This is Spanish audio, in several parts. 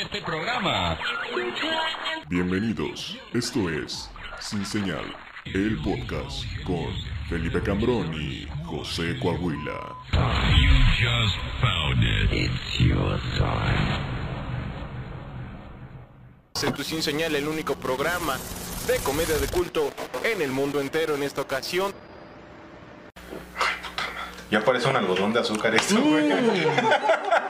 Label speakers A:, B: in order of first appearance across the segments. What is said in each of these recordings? A: este programa.
B: Bienvenidos, esto es Sin Señal, el podcast con Felipe Cambrón y José Coahuila.
A: You just found it. It's your time.
C: En tu Sin Señal, el único programa de comedia de culto en el mundo entero en esta ocasión.
D: Ya parece un algodón de azúcar esto,
E: Mm.
D: güey.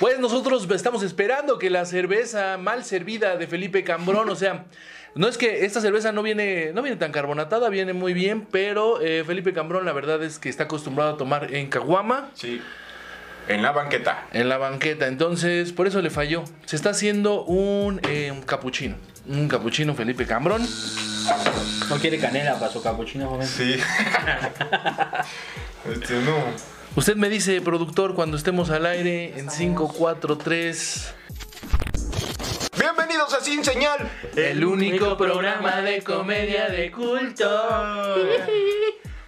E: Pues nosotros estamos esperando que la cerveza mal servida de Felipe Cambrón, o sea, no es que esta cerveza no viene, no viene tan carbonatada, viene muy bien, pero eh, Felipe Cambrón la verdad es que está acostumbrado a tomar en caguama,
D: Sí. En la banqueta.
E: en la banqueta, entonces por eso le falló. Se está haciendo un, eh, un capuchino, un capuchino Felipe Cambrón.
F: No quiere canela para su capuchino, joven.
D: Sí. este, no.
E: Usted me dice, productor, cuando estemos al aire en 5, 4, 3...
D: Bienvenidos a Sin Señal.
E: El único programa de comedia de culto.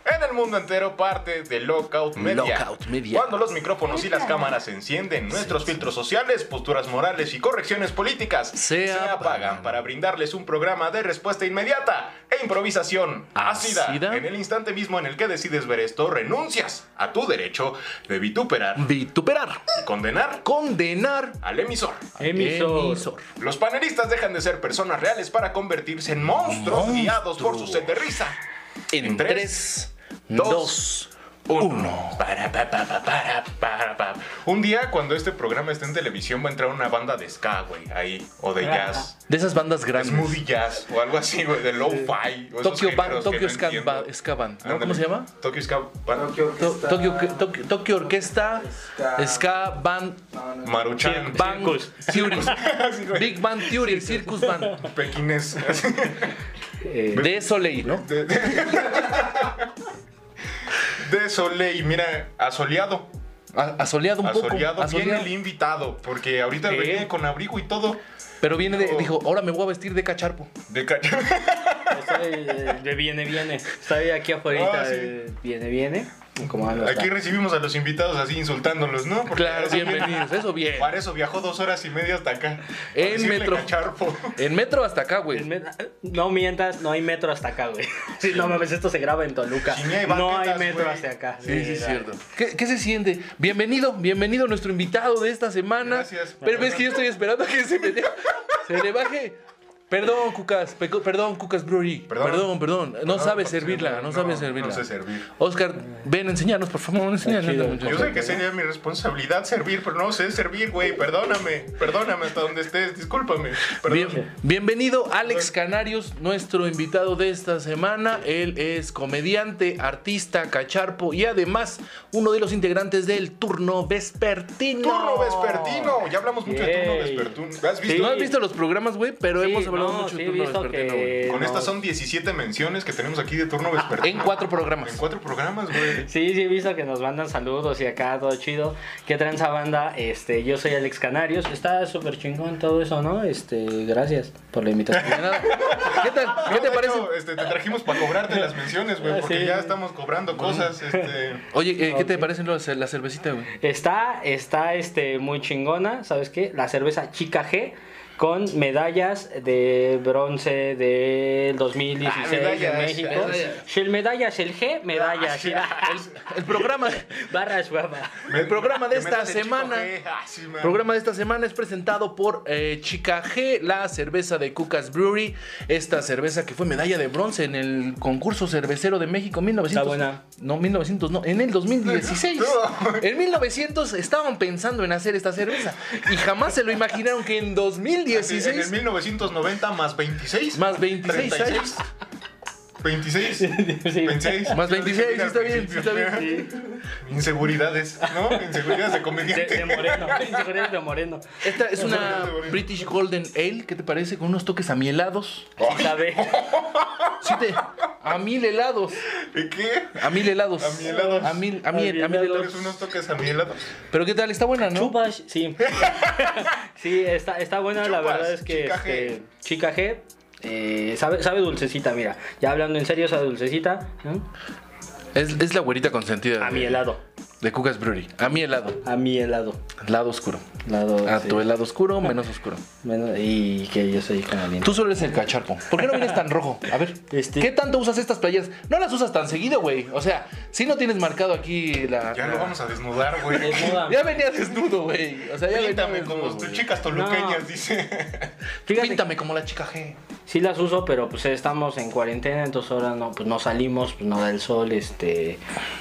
D: En el mundo entero, parte de Lockout Media.
E: Lockout Media.
D: Cuando los micrófonos y las cámaras se encienden, nuestros filtros sociales, posturas morales y correcciones políticas
E: Se
D: apagan
E: apagan.
D: para brindarles un programa de respuesta inmediata e improvisación ácida.
E: ¿Ácida?
D: En el instante mismo en el que decides ver esto, renuncias a tu derecho de vituperar
E: Vituperar.
D: y condenar
E: Condenar.
D: al emisor.
F: Eh, Emisor.
D: Los panelistas dejan de ser personas reales para convertirse en monstruos
E: Monstruos.
D: guiados por su sed de risa.
E: En
D: tres,
E: 3,
D: dos,
E: 2,
D: Uno. Para, pa, pa, pa, para, para, pa. Un día cuando este programa esté en televisión va a entrar una banda de ska, güey, ahí. O de jazz.
E: De esas bandas grandes.
D: Smoothie jazz o algo así, güey, de lo-fi. o esos
E: Tokyo, Ban-
D: pues, géneros que
E: Tokyo
D: no
E: Ska,
D: entiendo.
E: Ba- Ska Band, ¿no? ¿Cómo
D: Ándale.
E: se llama?
D: Tokyo Ska Band.
E: To- Tokyo, Tokyo- Tokyo Orquesta, Ska Band,
D: Maruchan.
E: Band Theory,
D: Sí, güey.
E: Big Band Theory, Circus Band,
D: Pequines.
E: de Soleil, ¿no?
D: De, de- de Soleil, mira, asoleado.
E: A- Asoleado un poco,
D: Asoleado, viene
E: asoleado.
D: el invitado, porque ahorita venía con abrigo y todo.
E: pero viene de, dijo, ahora me voy a vestir de cacharpo.
D: De cacho.
F: Estoy de, de viene, viene. Estoy aquí afuera.
D: Ah, sí.
F: de viene, viene. Como ando
D: Aquí
F: hasta-
D: recibimos a los invitados así insultándolos, ¿no? Porque
E: Claro, bienvenidos, eso bien.
D: Para eso viajó dos horas y media hasta acá. para
E: En
D: decirle
E: metro.
D: cacharpo.
E: En metro hasta acá,
F: El
E: güey.
F: met- No mientas, no hay metro hasta acá, güey. Sí, no mames, esto se graba en Toluca.
D: Sí, ni hay
F: no hay
D: banquetas,
F: metro
D: güey.
F: hasta acá.
E: Sí, sí, es
F: ¿verdad?
E: cierto. ¿Qué, qué se siente? Bienvenido, bienvenido nuestro invitado de esta semana.
D: Gracias.
E: Pero ves que yo estoy esperando que se, me- se le baje. Perdón, Cucas, peco- perdón, Cucas Brewery.
D: Perdón.
E: Perdón, perdón. No sabe servirla, no, sabe servirla.
D: No sé servir.
E: Oscar, ven, enséñanos, por favor, enséñanos.
F: Chido.
E: muchacho.
D: Yo sé que sería mi responsabilidad servir, pero no sé servir, güey. Perdóname, perdóname hasta donde estés, discúlpame.
E: Bien-
D: Perdón.
E: bienvenido Alex Canarios, nuestro invitado de esta semana. Él es comediante, artista, cacharpo y además uno de los integrantes del turno vespertino.
D: Turno vespertino, ya hablamos mucho de turno
F: Yay.
D: vespertino. ¿Has visto?
E: No has visto los programas, güey, pero
F: Sí,
E: hemos hablado
F: no,
E: mucho
F: sí,
E: de
F: he
E: turno
F: visto
E: vespertino,
F: que-
E: güey.
D: Con
F: no.
D: estas son 17 menciones que tenemos aquí de turno
E: Ah, En
D: vespertino.
E: cuatro programas.
D: En cuatro programas, güey.
F: Sí, sí he visto que nos mandan saludos y acá todo chido. ¿Qué tranza banda? Este, yo soy Alex Canarios. Está súper chingón todo eso, ¿no? Este, gracias por la invitación.
E: De nada. ¿Qué tal? ¿Qué
D: No,
E: te
D: de
E: parece?
D: hecho, este, te trajimos para cobrarte las menciones, güey,
F: Ah,
D: porque
F: sí.
D: ya estamos cobrando cosas. Este,
E: Oye, eh, ¿qué te parecen los- la cervecita, güey?
F: Está, está este, muy chingona, ¿sabes qué? La cerveza Chica G con medallas de bronce del 2016
D: Ah, medallas,
F: de México.
D: medallas. Ah,
F: Si el medallas, el G, medallas. mira.
E: El programa,
F: Barras guapa.
D: me-
E: programa de
D: que metas
E: esta
D: el chico
E: semana.
D: G. Ah, sí, man.
E: programa de esta semana es presentado por eh, Chica G, la cerveza de Cucas Brewery. Esta cerveza que fue medalla de bronce en el concurso cervecero de México 1900.
F: Está buena.
E: No, 1900, no, en el 2016.
D: No.
E: En 1900 estaban pensando en hacer esta cerveza y jamás se lo imaginaron que en
D: Sí, En el
E: 2016
D: 1990 más 26.
E: Más ¿eh? 26,
D: 36. 26.
F: Sí.
D: 26.
E: Más
D: Yo lo dije
E: 26, sí está
D: al
E: bien, sí
D: principio.
E: está
D: Inseguridades, ¿no? Inseguridades de
F: De,
D: comediante.
F: de Moreno. De Moreno.
E: Esta es una British Golden Ale, ¿qué te parece? Con unos toques amielados.
F: Sí sabe.
E: Sí te- a mil helados.
D: ¿De qué?
E: A mil helados.
D: Amielados.
E: A mil, a mil, a mil helados.
D: Tienes unos toques a mi helado.
E: Pero ¿qué tal? Está buena, ¿no?
F: Chupas, sí. sí, está, está buena, la
D: Chupas,
F: verdad es que
D: Chica G.
F: este, Chica G. eh, sabe, sabe dulcecita, mira. Ya hablando en serio, sabe dulcecita. ¿no?
E: Es, es la güerita consentida.
F: A
E: güey.
F: mi helado.
E: De Cucas Brewery. A mi helado.
F: A mi helado.
E: Lado oscuro.
F: Lado,
E: A
F: sí.
E: tu helado oscuro, menos oscuro.
F: Bueno, y que yo soy canadiense.
E: Tú solo eres el cacharpo. ¿Por qué no vienes tan rojo? A ver,
F: Este-
E: ¿qué tanto usas estas playeras? No las usas tan seguido, güey. O sea, si no tienes marcado aquí la.
D: Ya
E: la-
D: lo vamos a desnudar, güey.
F: Desnúdame.
E: Ya venías desnudo, güey. O sea, ya
D: Píntame
E: venías
D: como
E: desnudo,
D: tus
E: güey.
D: chicas toluqueñas, dice.
F: Fíjate,
E: Píntame como la chica G.
F: sí las uso, pero pues estamos en cuarentena, entonces ahora no, pues no salimos, pues no da el sol, este,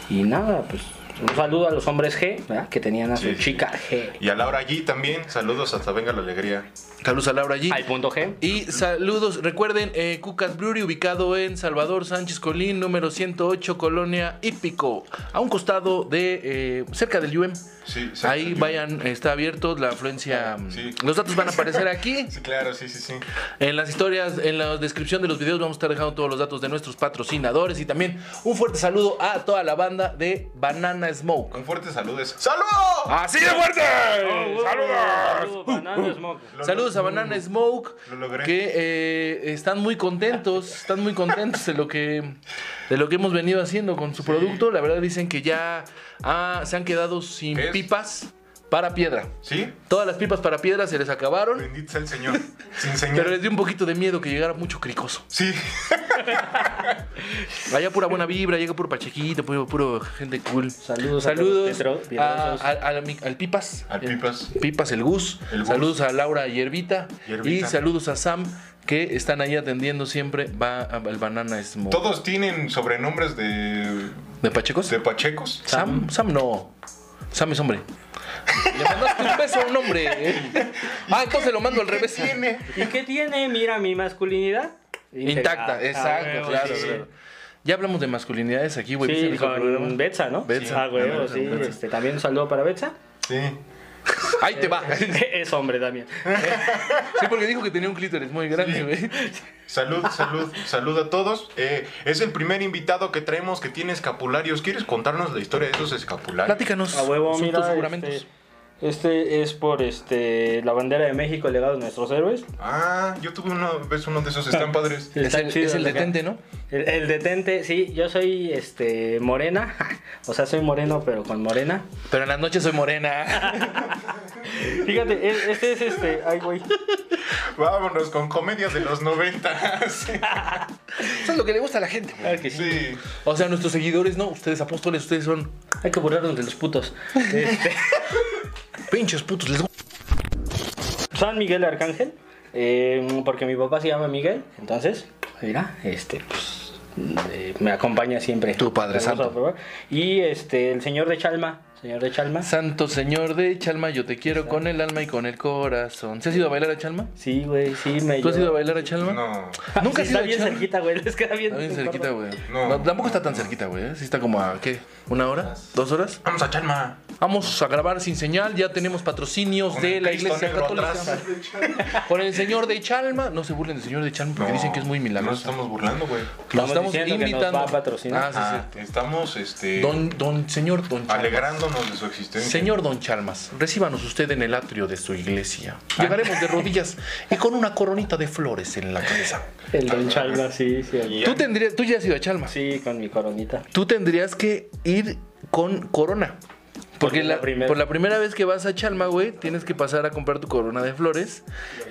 F: y nada, pues un saludo a los hombres G, ¿verdad? Que tenían a su
D: Sí, sí.
F: chica G.
D: Y a Laura allí también. Saludos hasta Venga la Alegría.
E: Saludos a Laura allí.
F: Al punto G.
E: Y Eh, saludos, recuerden, eh, Cucas Brewery, ubicado en Salvador Sánchez Colín, número 108, Colonia Hípico, a un costado de, eh, cerca del UM.
D: Sí, sí.
E: Ahí vayan, está abierto la afluencia. mm,
D: Sí.
E: Los datos van a aparecer aquí.
D: Sí, claro, sí, sí, sí.
E: En las historias, en la descripción de los videos vamos a estar dejando todos los datos de nuestros patrocinadores y también un fuerte saludo a toda la banda de Banana Smoke.
D: Un fuerte saludo. ¡Saludo!
E: ¡Así de fuerte!
F: ¡Saludos!
E: Uh,
F: Banana Smoke.
E: Saludos a Banana Smoke,
D: Lo logré.
E: que eh, están muy contentos, están muy contentos de lo que de lo que hemos venido haciendo con su producto. La verdad dicen que ya ah, se han quedado sin
D: ¿Ves?
E: pipas para piedra.
D: ¿Sí?
E: Todas las pipas para piedra se les acabaron,
D: Bendito sea el Señor. Sin
E: pero
D: señor.
E: les dio un poquito de miedo que llegara mucho cricoso.
D: Sí.
E: Allá pura buena vibra, llega puro pachequito, puro, puro gente cool.
F: Saludos a
E: Saludos
F: todos los piedro-
E: a-
F: piedrosos.
E: a- al mi- al Pipas.
D: Al Pipas.
E: Pipas, el Gus.
D: El Gus.
E: Saludos a Laura Hierbita.
D: Hierbita.
E: Y saludos a Sam, que están ahí atendiendo siempre va, el Banana Smoke.
D: Todos tienen sobrenombres de.
E: ¿De Pachecos?
D: de Pachecos.
E: Sam, Sam no. Sam es hombre. Le mandaste un beso a un hombre. ¿eh? Ah, entonces lo mando al
D: ¿Qué
E: revés.
D: tiene?
F: ¿Y qué tiene? Mira, mi masculinidad.
E: Intacta,
F: Ah,
E: exacto,
F: huevo,
E: claro,
F: sí.
E: claro. Ya hablamos de masculinidades aquí, güey. ¿viste
F: Sí,
E: el otro
F: con
E: programa?
F: Betsa, ¿no?
E: Betsa.
F: Ah, huevo,
D: Betsa,
F: sí.
D: Betsa.
F: Este, también un saludo para Betsa.
D: Sí.
E: Ahí te
F: este-
E: va. Sí,
F: es hombre también.
E: porque dijo que tenía un clítoris muy grande, güey.
D: Salud, salud, salud a todos. Eh, es el primer invitado que traemos que tiene escapularios. ¿Quieres contarnos la historia de esos escapularios?
E: Platícanos.
F: A huevo,
E: son
F: mira.
E: tus juramentos.
F: Este, este es por este la bandera de México, el legado de nuestros héroes.
D: Ah, yo tuve una vez uno de esos, están padres.
E: Es
F: Está
E: el,
F: chido
E: es el
F: la-
E: detente, ¿no?
F: El, el detente, sí, yo soy este morena. O sea, soy moreno, pero con morena.
E: Pero en las noches soy morena.
F: Fíjate, es- este es este. Ay, güey.
D: Vámonos con comedias de los noventas.
E: Eso es lo que le gusta a la gente, güey.
F: Claro que sí.
D: Sí.
E: O sea, nuestros seguidores, no, ustedes apóstoles, ustedes son
F: Hay que burlarnos de los putos. Este,
E: pinches putos. Les... gu-
F: San Miguel Arcángel. eh, porque mi papá se llama Miguel. Entonces, mira, este, pues. eh, me acompaña siempre.
E: Tu Padre Santo.
F: Y este, el señor de Chalma. Señor de Chalma.
E: Santo Señor de Chalma, yo te quiero con el alma y con el corazón. ¿Se has ido a bailar a Chalma?
F: Sí, güey, sí, me
E: ¿Tú has
F: lleva.
E: ido a bailar a Chalma?
D: No.
E: Nunca
F: Sí,
E: has ido
F: Está
E: a
F: bien
E: Chalma.
F: cerquita, güey. Les queda bien.
E: Está bien cerquita, güey.
D: No.
E: No, Tampoco está tan cerquita, güey. ¿eh? Sí está como a, ¿qué? ¿Una hora? ¿Dos horas?
D: Vamos a Chalma.
E: Vamos a grabar sin señal. Ya tenemos patrocinios
D: Con
E: de
D: el
E: la
D: Cristo
E: Iglesia
D: negro
E: Católica.
D: atrás.
E: Con el Señor de Chalma. No se burlen del Señor de Chalma porque dicen que es muy
D: No
E: milagroso.
D: estamos burlando, güey.
E: Nos
F: Estamos
E: estamos
F: diciendo que nos
E: invitando.
F: va a patrocinar.
E: Ah, sí,
D: Ah,
E: sí.
D: estamos, este,
E: Don, don, señor Don Chalmas.
D: alegrándonos de su existencia.
E: Señor Don Chalmas, recíbanos usted en el atrio de su iglesia. Llegaremos de rodillas y con una coronita de flores en la cabeza.
F: El Don Chalma, sí, sí. el-
D: Y
E: Tú tendrías, tú ya has ido a Chalmas.
F: Sí, con mi coronita.
E: Tú tendrías que ir con corona. Porque
F: Por la
E: la-
F: primera.
E: por la primera vez que vas a Chalma, güey, tienes que pasar a comprar tu corona de flores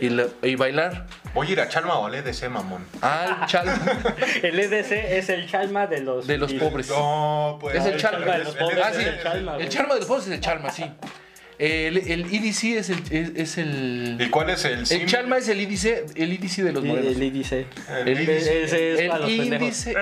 E: y, la- y bailar
D: Voy a ir a Chalma o al EDC, mamón.
E: al Chalma
F: El EDC es el Chalma de los.
E: de los pobres.
D: No, pues.
E: Es el
F: Chalma de los pobres,
E: Ah, sí.
F: es el Chalma, güey.
E: El Chalma de los pobres es el Chalma, sí. El, el IDC es el... Es, es el,
D: ¿Y cuál es el
E: el
D: símbolo?
E: Chalma es el IDC, el IDC de los
F: El,
E: morenos.
F: el IDC.
D: El
E: el-
D: IDC.
F: Ese es para
E: El
F: los pendejos.
E: índice,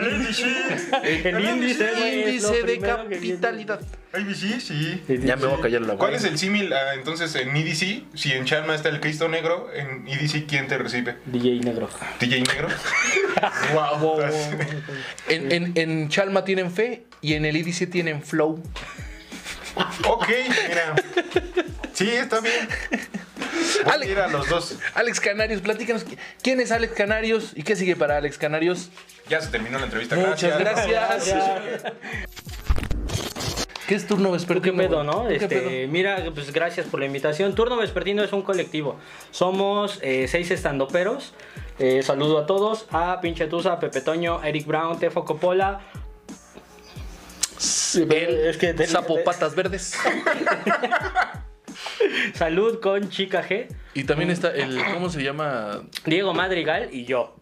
E: el,
F: El índice, güey, es lo
E: índice de
F: primero que viene.
E: capitalidad.
D: Ay, sí, sí.
E: Ya me voy a callar la boca.
D: ¿Cuál es el símil? Ah, entonces, en EDC, si en Chalma está el Cristo Negro, en EDC, ¿quién te recibe?
F: DJ Negro.
D: ¿DJ Negro? wow,
E: En, en- en Chalma tienen fe y en el índice tienen flow.
D: Ok, mira. Sí, está bien.
E: Ale-
D: Voy a ir a los dos.
E: Alex Canarios, platícanos qui- quién es Alex Canarios y qué sigue para Alex Canarios.
D: Ya se terminó la entrevista.
E: Muchas gracias. ¿Qué es turno
F: ¿Tú qué
E: vespertino?
F: pedo,
E: güey?
F: no?
E: ¿Tú qué
F: Este,
E: pedo?
F: mira, pues gracias por la invitación. Turno Vespertino es un colectivo. Somos eh, seis estandoperos. Eh, saludo a todos. A Pinche Tusa, Pepe Toño, Eric Brown, Tefo Copola,
E: Verdes.
F: pero es que-
E: el sapo patas verdes.
F: Salud con Chica G,
E: Y también está el. ¿Cómo se llama?
F: Diego Madrigal y yo.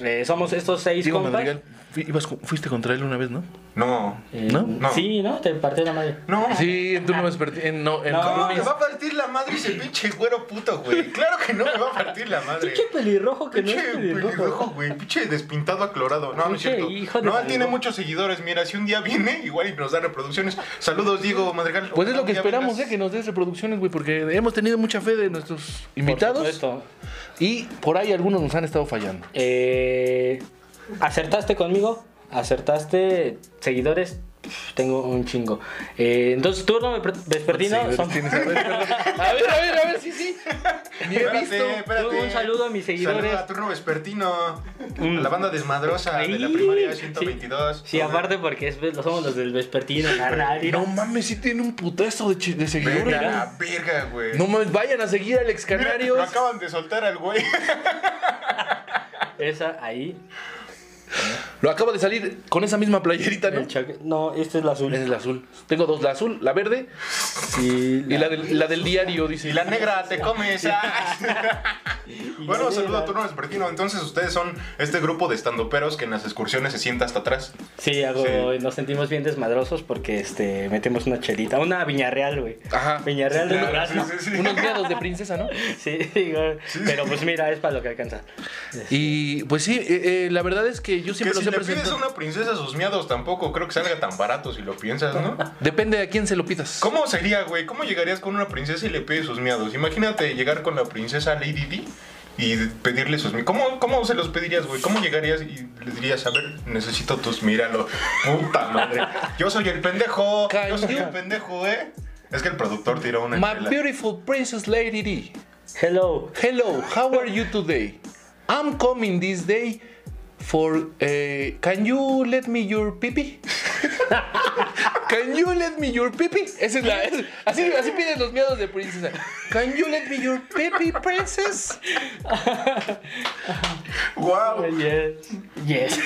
F: Eh, somos estos seis
E: Diego
F: compas.
E: Madrigal. Fui- ibas con- fuiste contra él una vez, ¿no?
D: No.
F: Eh,
E: ¿No?
D: No.
F: Sí, ¿no? Te partió la madre.
D: No.
E: Sí, en turno vespertino. En, no, en
F: No,
D: ¿Cómo me
E: Rumis.
D: va a partir la madre ese pinche güero puto, güey? Claro que no me va a partir la madre.
F: Pinche pelirrojo que no
D: Pinche
F: es
D: pelirrojo, güey. Pinche despintado aclorado. No, no es
F: Pinche
D: cierto.
F: hijo de
D: no, él
F: pelirrojo.
D: tiene muchos seguidores. Mira, si un día viene, igual y nos da reproducciones. Saludos, Diego Madrigal.
E: Pues es lo
D: Un
E: que
D: día
E: esperamos,
D: vengas.
E: ¿eh? Que nos des reproducciones, güey, porque hemos tenido mucha fe de nuestros
F: Por
E: invitados.
F: supuesto.
E: y por ahí algunos nos han estado fallando.
F: Eh, acertaste conmigo, acertaste seguidores. Pf, Tengo un chingo. Eh, entonces, turno ve- vespertino. son-
E: Tienes- a, ver, a ver, a ver, a ver, sí, sí. Ni he
D: Espérate,
E: visto.
D: espérate.
F: Un saludo a mis seguidores.
D: Saludo a Turno Vespertino. A la banda desmadrosa de la
F: Ahí,
D: primaria
F: sí.
D: 122.
F: Sí, aparte porque es, somos los del vespertino. carnal,
E: No
F: mira.
E: mames, sí tiene un putazo de, chi- de seguidores.
D: Verga, la verga, güey.
E: No mames, vayan a seguir al ex
D: pues. Mira,
E: Canarios.
D: Lo acaban de soltar al güey.
F: Esa ahí.
E: Lo acabo de salir con esa misma playerita, ¿no?
D: ¿Eh?
F: el chaque- No, esta es la azul.
E: Es la azul. Tengo dos, la azul, la verde
F: Sí,
E: y la del, la del diario, dice.
D: Y la negra te comes. ah.
F: y la
D: bueno,
F: de
D: saludo
F: la-
D: a Turno Vespertino. Entonces, ustedes son este grupo de estandoperos que en las excursiones se sienta hasta atrás.
F: Sí, hago-
D: Sí.
F: nos sentimos bien desmadrosos porque este metemos una chelita, una viñarreal, güey.
E: Ajá.
F: Viñarreal de
D: Claro,
F: durazno.
D: sí, sí, sí.
E: Unos grados de princesa, ¿no?
F: Sí, güey. pero pues mira, es para lo que alcanza.
E: Y pues sí, eh, eh, la verdad es que yo
D: Que
E: siempre
D: si
E: los
D: le
E: he
D: pides a
E: presentado.
D: una princesa sus miados tampoco creo que salga tan barato si lo piensas, ¿no?
E: Depende de a quién se lo pidas.
D: ¿Cómo sería, güey? ¿Cómo llegarías con una princesa y le pides sus miados? Imagínate llegar con la princesa Lady D y pedirle sus miados. ¿Cómo, ¿Cómo se los pedirías, güey? ¿Cómo llegarías y le dirías, a ver, necesito tus míralo? Puta madre. Yo soy el pendejo. Yo soy el pendejo, ¿eh? Es que el productor tiró una
E: My
D: estela.
E: beautiful princess lady D.
F: Hello.
E: Hello, how are you today? I'm coming this day for. eh, can you let me your pipi? Can you let me your pipi? Esa es la. es- así, así piden los miedos de princesa. Can you let me your pipi, princess?
D: ¡Guau!
F: Yes. Yes.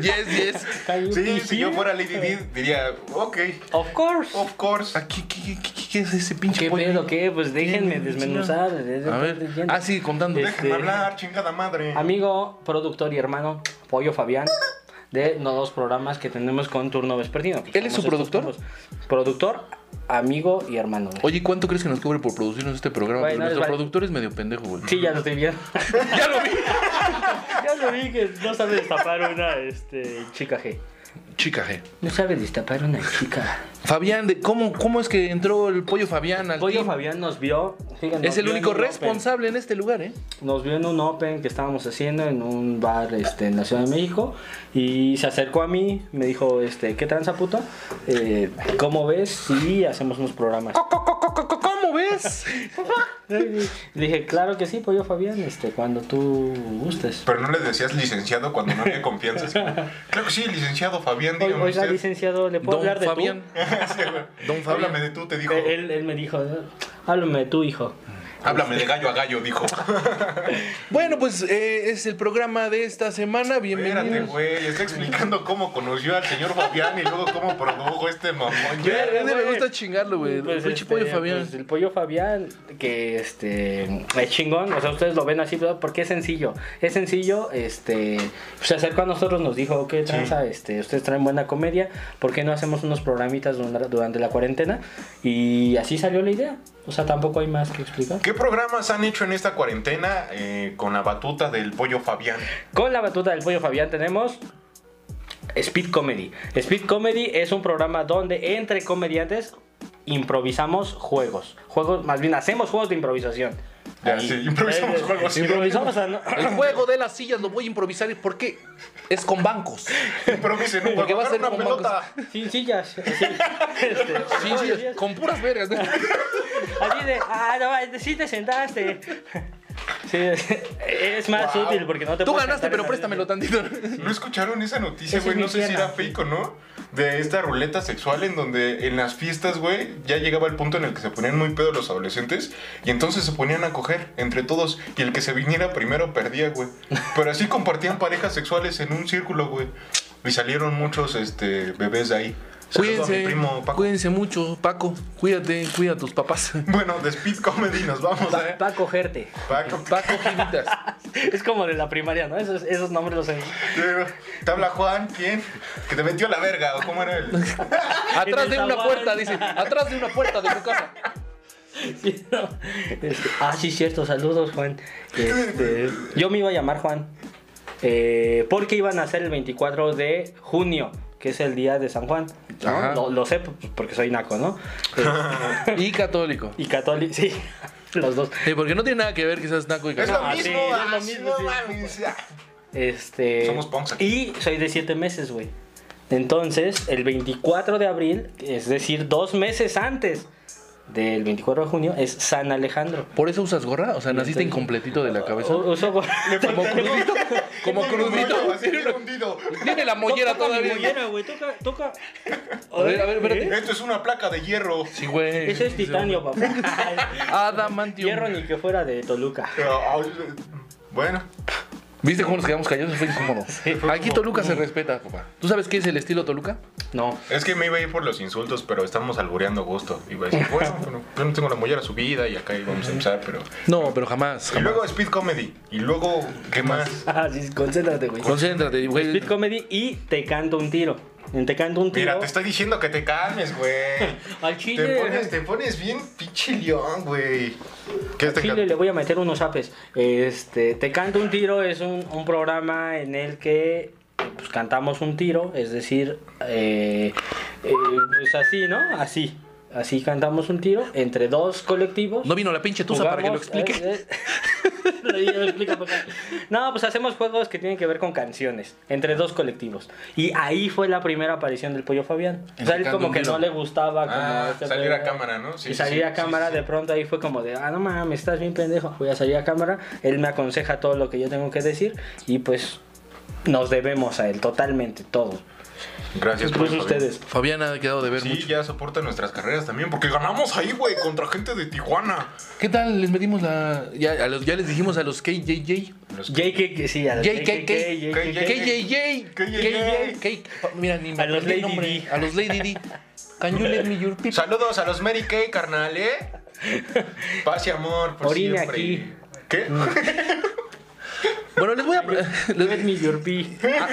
E: Yes, yes.
F: Can you
D: Sí,
F: be
D: si yo
F: here?
D: fuera Lady D diría, ok,
F: Of course.
D: of course.
E: Aquí, Ah, ¿qué, qué- qué- qué es ese pinche
F: ¿Qué
E: pollo?
F: pedo? ¿Qué? Pues déjenme
E: Sí,
F: desmenuzar.
E: A ver. Ah, sí, contando.
F: Este-
D: Déjenme hablar, chingada madre.
F: Amigo, productor y hermano, Pollo Fabián, de los dos programas que tenemos con Turno Vespertino. que
E: ¿Él es su
F: somos estos
E: productor?
F: combos. Productor, amigo y hermano. güey.
E: Oye, ¿cuánto crees que nos cubre por producirnos este programa?
F: Güey,
E: Porque
F: no les
E: nuestro
F: vale.
E: productor es medio pendejo, güey.
F: Sí, ya lo estoy viendo.
E: ya lo vi.
F: ya lo vi que no sabe destapar una este, chica G.
E: Chica, eh.
F: No sabe destapar una chica.
E: Fabián, de- ¿cómo, ¿cómo es que entró el pollo Fabián al
F: Pollo
E: team?
F: Fabián nos vio. fíjense, nos
E: Es el
F: vio en
E: único
F: un open.
E: responsable en este lugar, ¿eh?
F: Nos vio en un open que estábamos haciendo en un bar este, en la Ciudad de México y se acercó a mí, me dijo, este, ¿qué tranza puto? Eh, ¿Cómo ves si hacemos unos programas?
E: ¿Cómo ves?
F: Le dije, claro que sí, pollo Fabián, este, cuando tú gustes.
D: Pero no le decías licenciado cuando no había confianza. así como, claro que sí, licenciado Fabián,
F: O-
D: dígame
F: Oiga,
D: usted".
F: licenciado, ¿le puedo
E: Don
F: hablar de
E: Fabián.
D: Sí, güey.
E: Don Fabián.
D: Háblame de tú, te
F: tú?
D: dijo.
F: Eh, Él, él me dijo, háblame de tu hijo.
D: Háblame de gallo a gallo, dijo.
E: Bueno, pues eh, es el programa de esta semana.
D: Espérate,
E: Bienvenidos.
D: güey. Está explicando cómo conoció al señor Fabián y luego cómo produjo este mamón.
E: A
D: Ya,
E: él me
F: güey.
E: gusta chingarlo, güey. El
F: Pues,
E: pinche
F: este,
E: pollo Fabián.
F: pues, el pollo Fabián, que este es chingón, o sea, ustedes lo ven así, ¿verdad? Porque es sencillo. Es sencillo, este pues, se acercó a nosotros, nos dijo, ¿qué tranza? Este, ustedes traen buena comedia, ¿por qué no hacemos unos programitas durante, durante la cuarentena? Y así salió la idea. O sea, tampoco hay más que explicar.
D: ¿Qué programas han hecho en esta cuarentena eh, con la batuta del pollo Fabián?
F: Con la batuta del pollo Fabián tenemos Speed Comedy. Speed Comedy es un programa donde entre comediantes improvisamos juegos. Juegos, más bien hacemos juegos de improvisación.
D: Ya,
F: Ahí. eh,
D: sí, improvisamos juegos.
F: Improvisamos a-
E: El juego de las sillas lo voy a improvisar. ¿y ¿Por qué? Es con bancos.
D: Improvisen un
E: Porque
D: juego.
E: va a
D: agarra
E: ser
D: una
E: con bancos.
D: pelota.
F: Sin sillas. Sí. Este,
E: Sí,
F: no,
E: sí,
F: sillas.
E: con puras vergas. ¿no?
F: Así de, ah, no, sí te sentaste. Sí, es, es más
D: Wow.
F: útil porque no te
E: Tú
F: puedes
E: ganaste,
F: sentar
E: pero
F: en la-
E: préstamelo tantito.
D: ¿No escucharon esa noticia,
F: Esa
D: güey?
F: es
D: No
F: mi
D: sé si
F: pierna.
D: era fake o no. De esta ruleta sexual en donde en las fiestas, güey, ya llegaba el punto en el que se ponían muy pedos los adolescentes y entonces se ponían a coger entre todos y el que se viniera primero perdía, güey. Pero así compartían parejas sexuales en un círculo, güey. Y salieron muchos este, bebés de ahí. Saludo a mi
E: Cuídense,
D: primo Paco.
E: cuídense mucho, Paco. Cuídate, cuida a tus papás.
D: Bueno, de Speed Comedy nos vamos,
F: Pa-
D: ¿eh?
F: pa' cogerte.
D: Paco.
E: Paco Giritas.
F: Es como de la primaria, ¿no? Esos, esos nombres los
D: Te habla Juan, ¿quién? Que te metió a la verga, ¿o cómo era el...?
E: Atrás
F: el
E: de una
F: zaguán.
E: puerta, dice. Atrás de una puerta de tu casa.
F: Sí, no. Este, ah, sí, cierto. Saludos, Juan. Este, yo me iba a llamar Juan. eh, porque iban a ser el 24 de junio, que es el día de San Juan. ¿no?
E: Ajá.
F: Lo, lo sé pues, porque soy naco, ¿no? Eh,
E: Y católico.
F: y católico, sí, los dos.
E: Sí, porque no tiene nada que ver que seas naco y
D: Es
E: católico.
D: lo
F: Ah, sí,
D: mismo,
F: es
D: ah,
F: lo
D: sí,
F: mismo,
D: no
F: sí.
D: mames, ah.
F: Este.
D: Somos punks
F: Y soy de 7 meses, güey. Entonces, el 24 de abril, es decir, dos meses antes del 24 de junio, es San Alejandro.
E: ¿Por eso usas gorra? O sea, naciste
F: Entonces-
E: incompletito de la cabeza.
F: U- uso gorra.
D: Le falta-
E: Como crudito. Como
D: Tiene un
E: crudito.
D: rollo, así, tiene hundido.
E: Tiene la mollera
F: Toca mi
E: todavía.
F: mollera, güey, toca, toca. ¿Eh?
E: A ver, a ver, espérate.
D: Esto es una placa de hierro.
E: Sí, güey.
F: Ese es titanio, papá.
E: Adamantium.
F: Hierro ni que fuera de Toluca.
D: Pero, ah, Bueno,
E: ¿Viste cómo nos quedamos callados? Fue incómodo.
F: fue
E: Aquí
F: como-
E: Toluca se respeta, papá. ¿Tú sabes qué es el estilo Toluca?
F: No.
D: es que me iba a ir por los insultos, pero estamos albureando a gusto. Iba a decir, bueno, bueno, yo no tengo la mollera subida y acá íbamos a empezar, pero...
E: No, pero
D: Y
E: jamás. jamás.
D: luego Speed Comedy. Y luego, ¿qué más?
F: Ah, sí, concéntrate, güey.
E: Concéntrate, güey.
F: Speed Comedy y Te Canto un Tiro. En Te Canto un Tiro.
D: Mira, te estoy diciendo que te calmes, güey.
F: Al
D: Te pones,
F: chile.
D: te pones bien pinche león, güey. ¿Qué es
F: Al
D: te
F: chile le voy a meter unos apes. Este, Te Canto un Tiro es un, un programa en el que pues, cantamos un tiro, es decir, eh, eh, pues así, ¿no? Así. Así cantamos un tiro entre dos colectivos.
E: No vino la pinche tusa para que lo explique.
F: eh, eh. Lo digo, lo explico, por favor. No, pues hacemos juegos que tienen que ver con canciones entre dos colectivos. Y ahí fue la primera aparición del Pollo Fabián. O sea, él
E: Sacando
F: como
E: un
F: que
E: tiro.
F: no le gustaba como este
D: Ah, salir
F: pedo.
D: a cámara, ¿no? Sí,
F: y salir
D: sí,
F: a cámara,
D: sí, sí.
F: de pronto ahí fue como de, ah, no mames, estás bien pendejo. Voy a salir a cámara. Él me aconseja todo lo que yo tengo que decir y pues nos debemos a él totalmente, todo.
D: Gracias
F: Pues
D: Fabián.
F: ustedes.
E: Fabián ha quedado de ver
D: Sí,
E: mucho.
D: ya soporta nuestras carreras también, porque ganamos ahí, güey, contra gente de Tijuana.
E: ¿Qué tal? Les metimos la. Ya, a los, ya les dijimos a los KJJ.
D: Los-
F: JK, que sí, a los
E: JKK.
D: JKK.
E: KJJ.
D: KJJ.
E: KJJ. Mira, ni me
F: A los
E: aprendí el
F: Lady
E: nombre.
F: D.
E: A los Lady D. Can you let me your people?
D: Saludos a los Mary Kay, carnal, ¿eh? Paz y amor por
F: Orina
D: siempre.
F: aquí.
D: ¿Qué?
E: Mm. Bueno, les voy a.
F: Let
E: les-
F: me your be.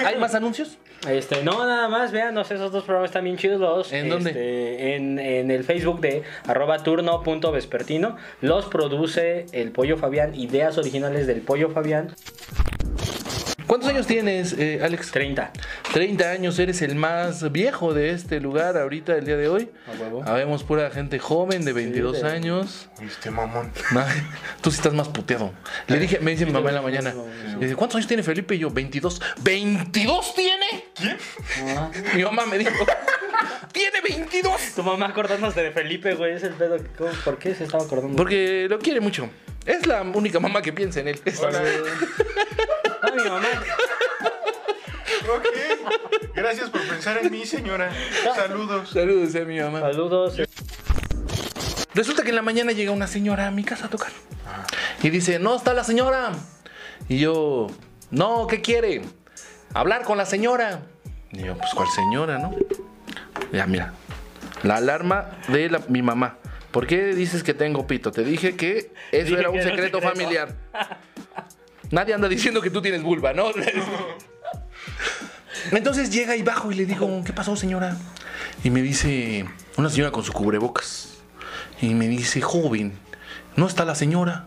E: ¿Hay más anuncios?
F: Este, no, nada más, véanos, esos dos programas están bien chidos los dos.
E: ¿En
F: este,
E: dónde?
F: En, en el Facebook de arroba turno.vespertino. Los produce el Pollo Fabián, ideas originales del Pollo Fabián.
E: ¿Cuántos años tienes, eh, Alex?
F: 30.
E: 30 años, eres el más viejo de este lugar ahorita, el día de hoy.
F: A huevo.
E: Habemos pura gente joven de 22
F: de-
E: años.
D: Este mamón.
E: Ma- Tú sí estás más puteado. Le dije, me dice mi mamá en la mañana. le dice, ¿cuántos años tiene Felipe? Y yo, 22. ¿22 tiene? ¿Quién? Mi mamá me dijo, ¿tiene 22?
F: Tu mamá acordándose de Felipe, güey, es el pedo. que- ¿cómo- ¿Por qué se estaba acordando?
E: Porque lo quiere mucho. Es la única mamá que piensa en él.
D: Hola.
F: Ah, mi mamá.
D: ok. Gracias por pensar en mí, señora. Saludos.
E: Saludos a mi mamá.
F: Saludos. eh,
E: Resulta que en la mañana llega una señora a mi casa a tocar. Y dice, no está la señora. Y yo, no, ¿qué quiere? Hablar con la señora. Y yo, pues, ¿cuál señora, no? Ya, mira. La alarma de la- mi mamá. ¿Por qué dices que tengo pito? Te dije que eso
F: Dije
E: era un
F: que era un
E: secreto
F: secreto.
E: familiar. Nadie anda diciendo que tú tienes vulva, ¿no? Entonces llega y bajo y le digo, ¿qué pasó, señora? Y me dice, una señora con su cubrebocas. Y me dice, joven, ¿no está la señora?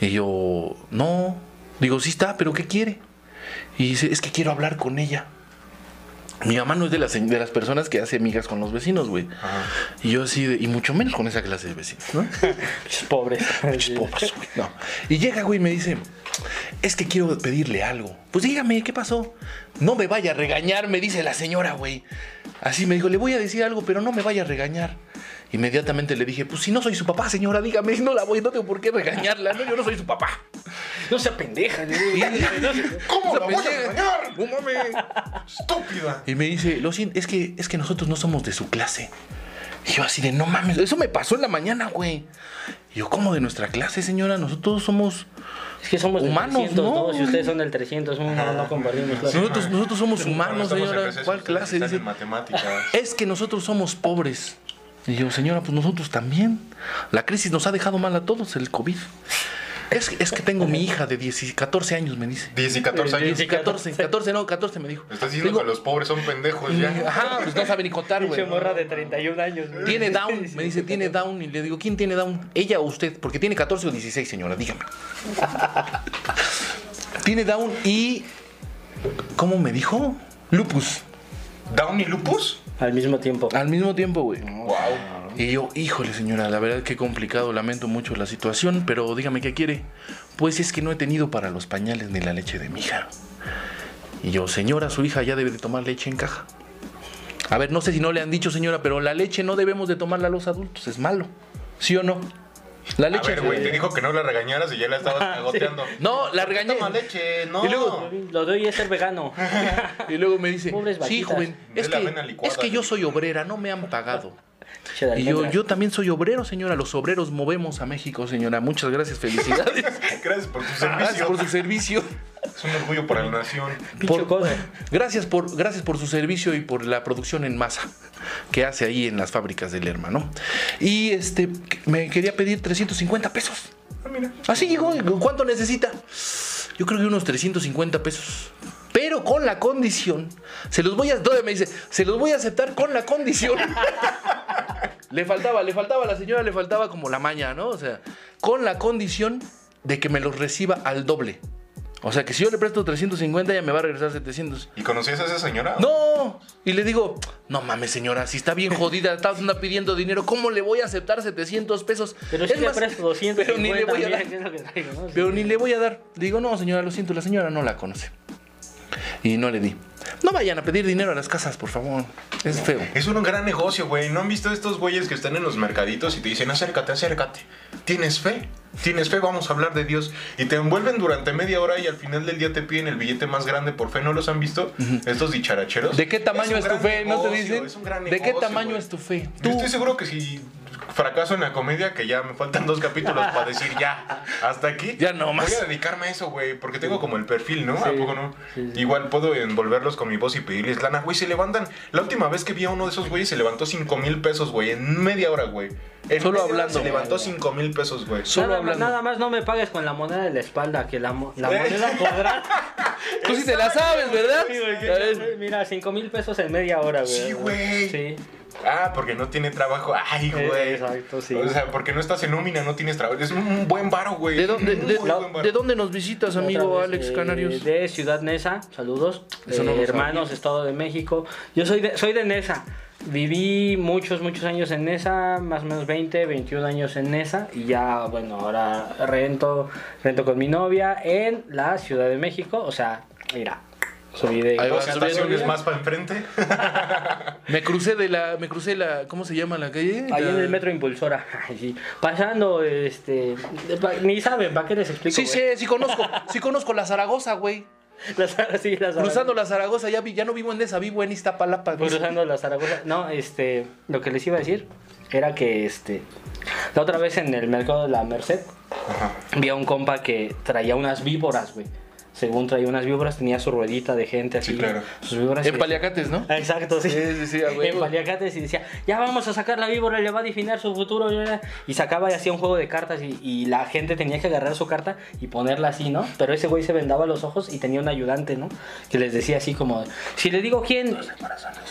E: Y yo, no. Digo, sí está, pero ¿qué quiere? Y dice, es que quiero hablar con ella. Mi mamá no es de las, de las personas que hace amigas con los vecinos, güey. Y yo así, de- y mucho menos con esa clase de vecinos, ¿no?
F: Pinches pobres.
E: Pinches pobres, güey. No. Y llega, güey, y me dice, es que quiero pedirle algo. Pues dígame, ¿qué pasó? No me vaya a regañar, me dice la señora, güey. Así me dijo, le voy a decir algo, pero no me vaya a regañar. Inmediatamente le dije, pues si no soy su papá, señora, dígame, no la voy, no tengo por qué regañarla, no, yo no soy su papá.
F: No sea pendeja. güey.
E: Y-
D: ¿Cómo la voy a
E: Esa pendeja.
D: regañar?
E: No mames.
D: Estúpida.
E: Y me dice, lo siento, es que, es que nosotros no somos de su clase. Y yo así de, no mames, eso me pasó en la mañana, güey. Y yo, como de nuestra clase, señora, nosotros somos...
F: Es que somos del
E: Humanos,
F: 300,
E: ¿no?
F: ¿no? Si ustedes son del 300, no, no, no compartimos. claro.
E: Nosotros, nosotros somos
D: Cuando
E: humanos,
D: estamos en
E: señora.
D: receso,
E: ¿Cuál
D: ustedes
E: clase?
D: están
E: Dice,
D: en matemáticas.
E: es que nosotros somos pobres. Y yo, señora, pues nosotros también. La crisis nos ha dejado mal a todos, el COVID. Es, es que tengo mi hija de 10 y 14 años, me dice.
D: 10 y 14 años.
E: 10 y 14, 14 no, 14 me dijo.
D: Estás diciendo que
E: Digo,
D: los pobres son pendejos ya.
E: Ajá, pues no sabe ni contar, güey.
F: Pinche morra de 31 años. güey.
E: Tiene down, me dice,
F: Sí,
E: tiene down. Y le digo, ¿quién tiene down? ¿Ella o usted? Porque tiene 14 o 16, señora, dígame. tiene down y. ¿Cómo me dijo? Lupus.
D: ¿Down y lupus?
F: Al mismo tiempo.
E: Al mismo tiempo, güey.
D: Wow.
E: Y yo, híjole señora, la verdad que complicado, lamento mucho la situación, pero dígame qué quiere. Pues es que no he tenido para los pañales ni la leche de mi hija. Y yo, señora, su hija ya debe de tomar leche en caja. A ver, no sé si no le han dicho, señora, pero la leche no debemos de tomarla los adultos, es malo. ¿Sí o no? La
D: A
E: leche...
D: ver, güey, te dijo que no la regañaras y ya la estabas cagoteando.
E: No, la regañé.
D: Toma leche, no.
E: Y luego-
F: Lo de hoy es ser vegano.
E: Y luego me dice,
F: Pobres
E: sí,
F: vaquitas.
E: joven,
D: Ve
E: es
D: la
E: que,
D: avena licuada,
E: es que yo
D: güey.
E: soy obrera, no me han pagado.
F: Che, de
E: Y yo,
F: almendras.
E: yo también soy obrero, señora. Los obreros movemos a México, señora. Muchas gracias, felicidades.
D: Gracias por tu
E: Ah, Gracias
D: servicio.
E: por su servicio.
D: Es un orgullo para la nación.
F: Pinche
E: por-
F: cosa.
E: Gracias por, gracias por su servicio y por la producción en masa que hace ahí en las fábricas del hermano. Y este me quería pedir 350 pesos.
D: Ah, mira.
E: Así llegó. ¿Cuánto necesita? Yo creo que unos 350 pesos. Pero con la condición. Se los voy a. todavía me dice, se los voy a aceptar con la condición. le faltaba, le faltaba a la señora, le faltaba como la maña, ¿no? O sea, con la condición de que me los reciba al doble. O sea, que si yo le presto 350, ella me va a regresar 700.
D: ¿Y conocías a esa señora?
E: ¡No! Y le digo, no mames, señora, si está bien jodida, está anda pidiendo dinero, ¿cómo le voy a aceptar 700 pesos?
F: Pero si
E: Es
F: le
E: más,
F: presto 200.
E: pero ni le voy a dar. Pero ni le voy a dar. Le digo, no, señora, lo siento, la señora no la conoce. Y no le di. No vayan a pedir dinero a las casas, por favor. Es feo.
D: Es un gran negocio, güey. ¿No han visto estos güeyes que están en los mercaditos y te dicen, acércate, acércate? ¿Tienes fe? ¿Tienes fe? Vamos a hablar de Dios. Y te envuelven durante media hora y al final del día te piden el billete más grande por fe. ¿No los han visto? Estos dicharacheros.
E: ¿De qué tamaño
D: un
E: es, tu
D: gran
E: fe? ¿No te
D: negocio,
E: dicen?
D: es un gran
E: ¿De qué
D: negocio,
E: tamaño
D: güey.
E: es tu fe?
D: Yo
E: Tú.
D: estoy seguro que si fracaso en la comedia, que ya me faltan dos capítulos para decir ya, hasta aquí.
E: Ya no más.
D: Voy a dedicarme a eso, güey, porque tengo como el perfil, ¿no? ¿A
F: Sí,
D: poco no?
F: sí, sí.
D: Igual puedo envolverlos con mi voz y pedirles lana, güey. Se levantan. La última vez que vi a uno de esos güeyes se levantó 5 mil pesos, güey, en media hora, güey. En
E: Solo
D: media hora
E: hablando.
D: Se levantó 5 mil pesos, güey.
E: Solo
F: nada,
E: hablando.
F: nada más no me pagues con la moneda de la espalda, que la, mo- la moneda podrá.
E: Tú sí te la sabes, ¿verdad?
F: Sí, güey,
E: A ver.
F: Mira, 5 mil pesos en media hora, güey.
D: Sí, güey.
F: Sí.
D: Ah, porque no tiene trabajo. Ay,
F: Eh,
D: güey.
F: exacto, sí.
D: O sea, porque no estás en nómina, no tienes trabajo. Es un buen varo, güey.
E: ¿De dónde,
D: Un
E: de-
D: muy buen varo.
E: de dónde nos visitas, amigo
F: Otra vez,
E: Alex
F: eh,
E: Canarios?
F: De Ciudad Neza, saludos.
E: Eso
F: Eh,
E: no lo
F: hermanos, Estado de México. Yo soy de, soy de Nesa. Viví muchos, muchos años en Nesa, más o menos 20, 21 años en Nesa. Y ya, bueno, ahora rento, rento con mi novia en la Ciudad de México. O sea, mira, subí de...
E: Ahí va,
D: Dos
E: subiendo,
D: estaciones
E: ya.
D: más para enfrente.
E: Me crucé de la. Me crucé la. ¿Cómo se llama la calle?
F: Ahí
E: La-
F: en el metro Impulsora, sí. pasando, este, pa- ni saben, ¿para qué les explico?
E: Sí, sí,
F: güey?
E: sí conozco. Sí conozco la Zaragoza, güey.
F: Las, sí, las-
E: Cruzando la Zaragoza, ya, vi- ya no vivo en esa, vivo en Iztapalapa. güey.
F: cruzando la Zaragoza. No, este, lo que les iba a decir era que este la otra vez en el mercado de la Merced vi a un compa que traía unas víboras, güey. Según traía unas víboras, tenía su ruedita de gente así.
D: Sí, claro.
F: Sus víboras.
E: En
F: y-
E: Paliacates, ¿no?
F: Ah, Exacto, sí.
E: Sí, sí, sí, a huevo.
F: En Paliacates y decía, ya vamos a sacar la víbora, le va a definir su futuro. ya, ya". Y sacaba y hacía un juego de cartas y, y la gente tenía que agarrar su carta y ponerla así, ¿no? Pero ese güey se vendaba los ojos y tenía un ayudante, ¿no? Que les decía así como, si le digo quién...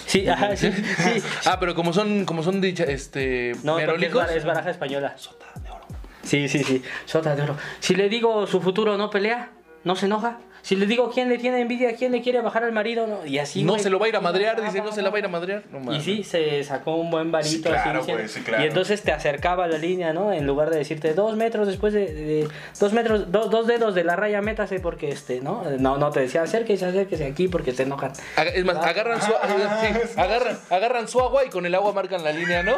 F: Sí, ajá, sí, sí.
E: Ah, pero como son, como son dicha, este,
F: No, porque es,
E: merolicos.
F: bar- es baraja española. Sota de oro. Sí, sí, sí. Sota de oro. Si le digo su futuro no pelea, no se enoja. Si le digo quién le tiene envidia, quién le quiere bajar al marido, no. Y así.
E: no
F: güey.
E: se lo va a ir a madrear, dice, no se la va a ir a madrear. No
F: Y
E: mames.
F: sí, se sacó un buen varito.
D: Sí, claro,
F: así,
D: güey,
F: diciendo-
D: sí, claro.
F: Y entonces te acercaba a la línea, ¿no? En lugar de decirte dos metros después de. de- dos metros, dos, dos dedos de la raya, métase porque este, ¿no? No, no, te decía acérquese, acérquese aquí porque se enojan.
E: Aga- Es más, agarran
F: Ah,
E: su, sí, agarran, agarran su agua y con el agua marcan la línea, ¿no?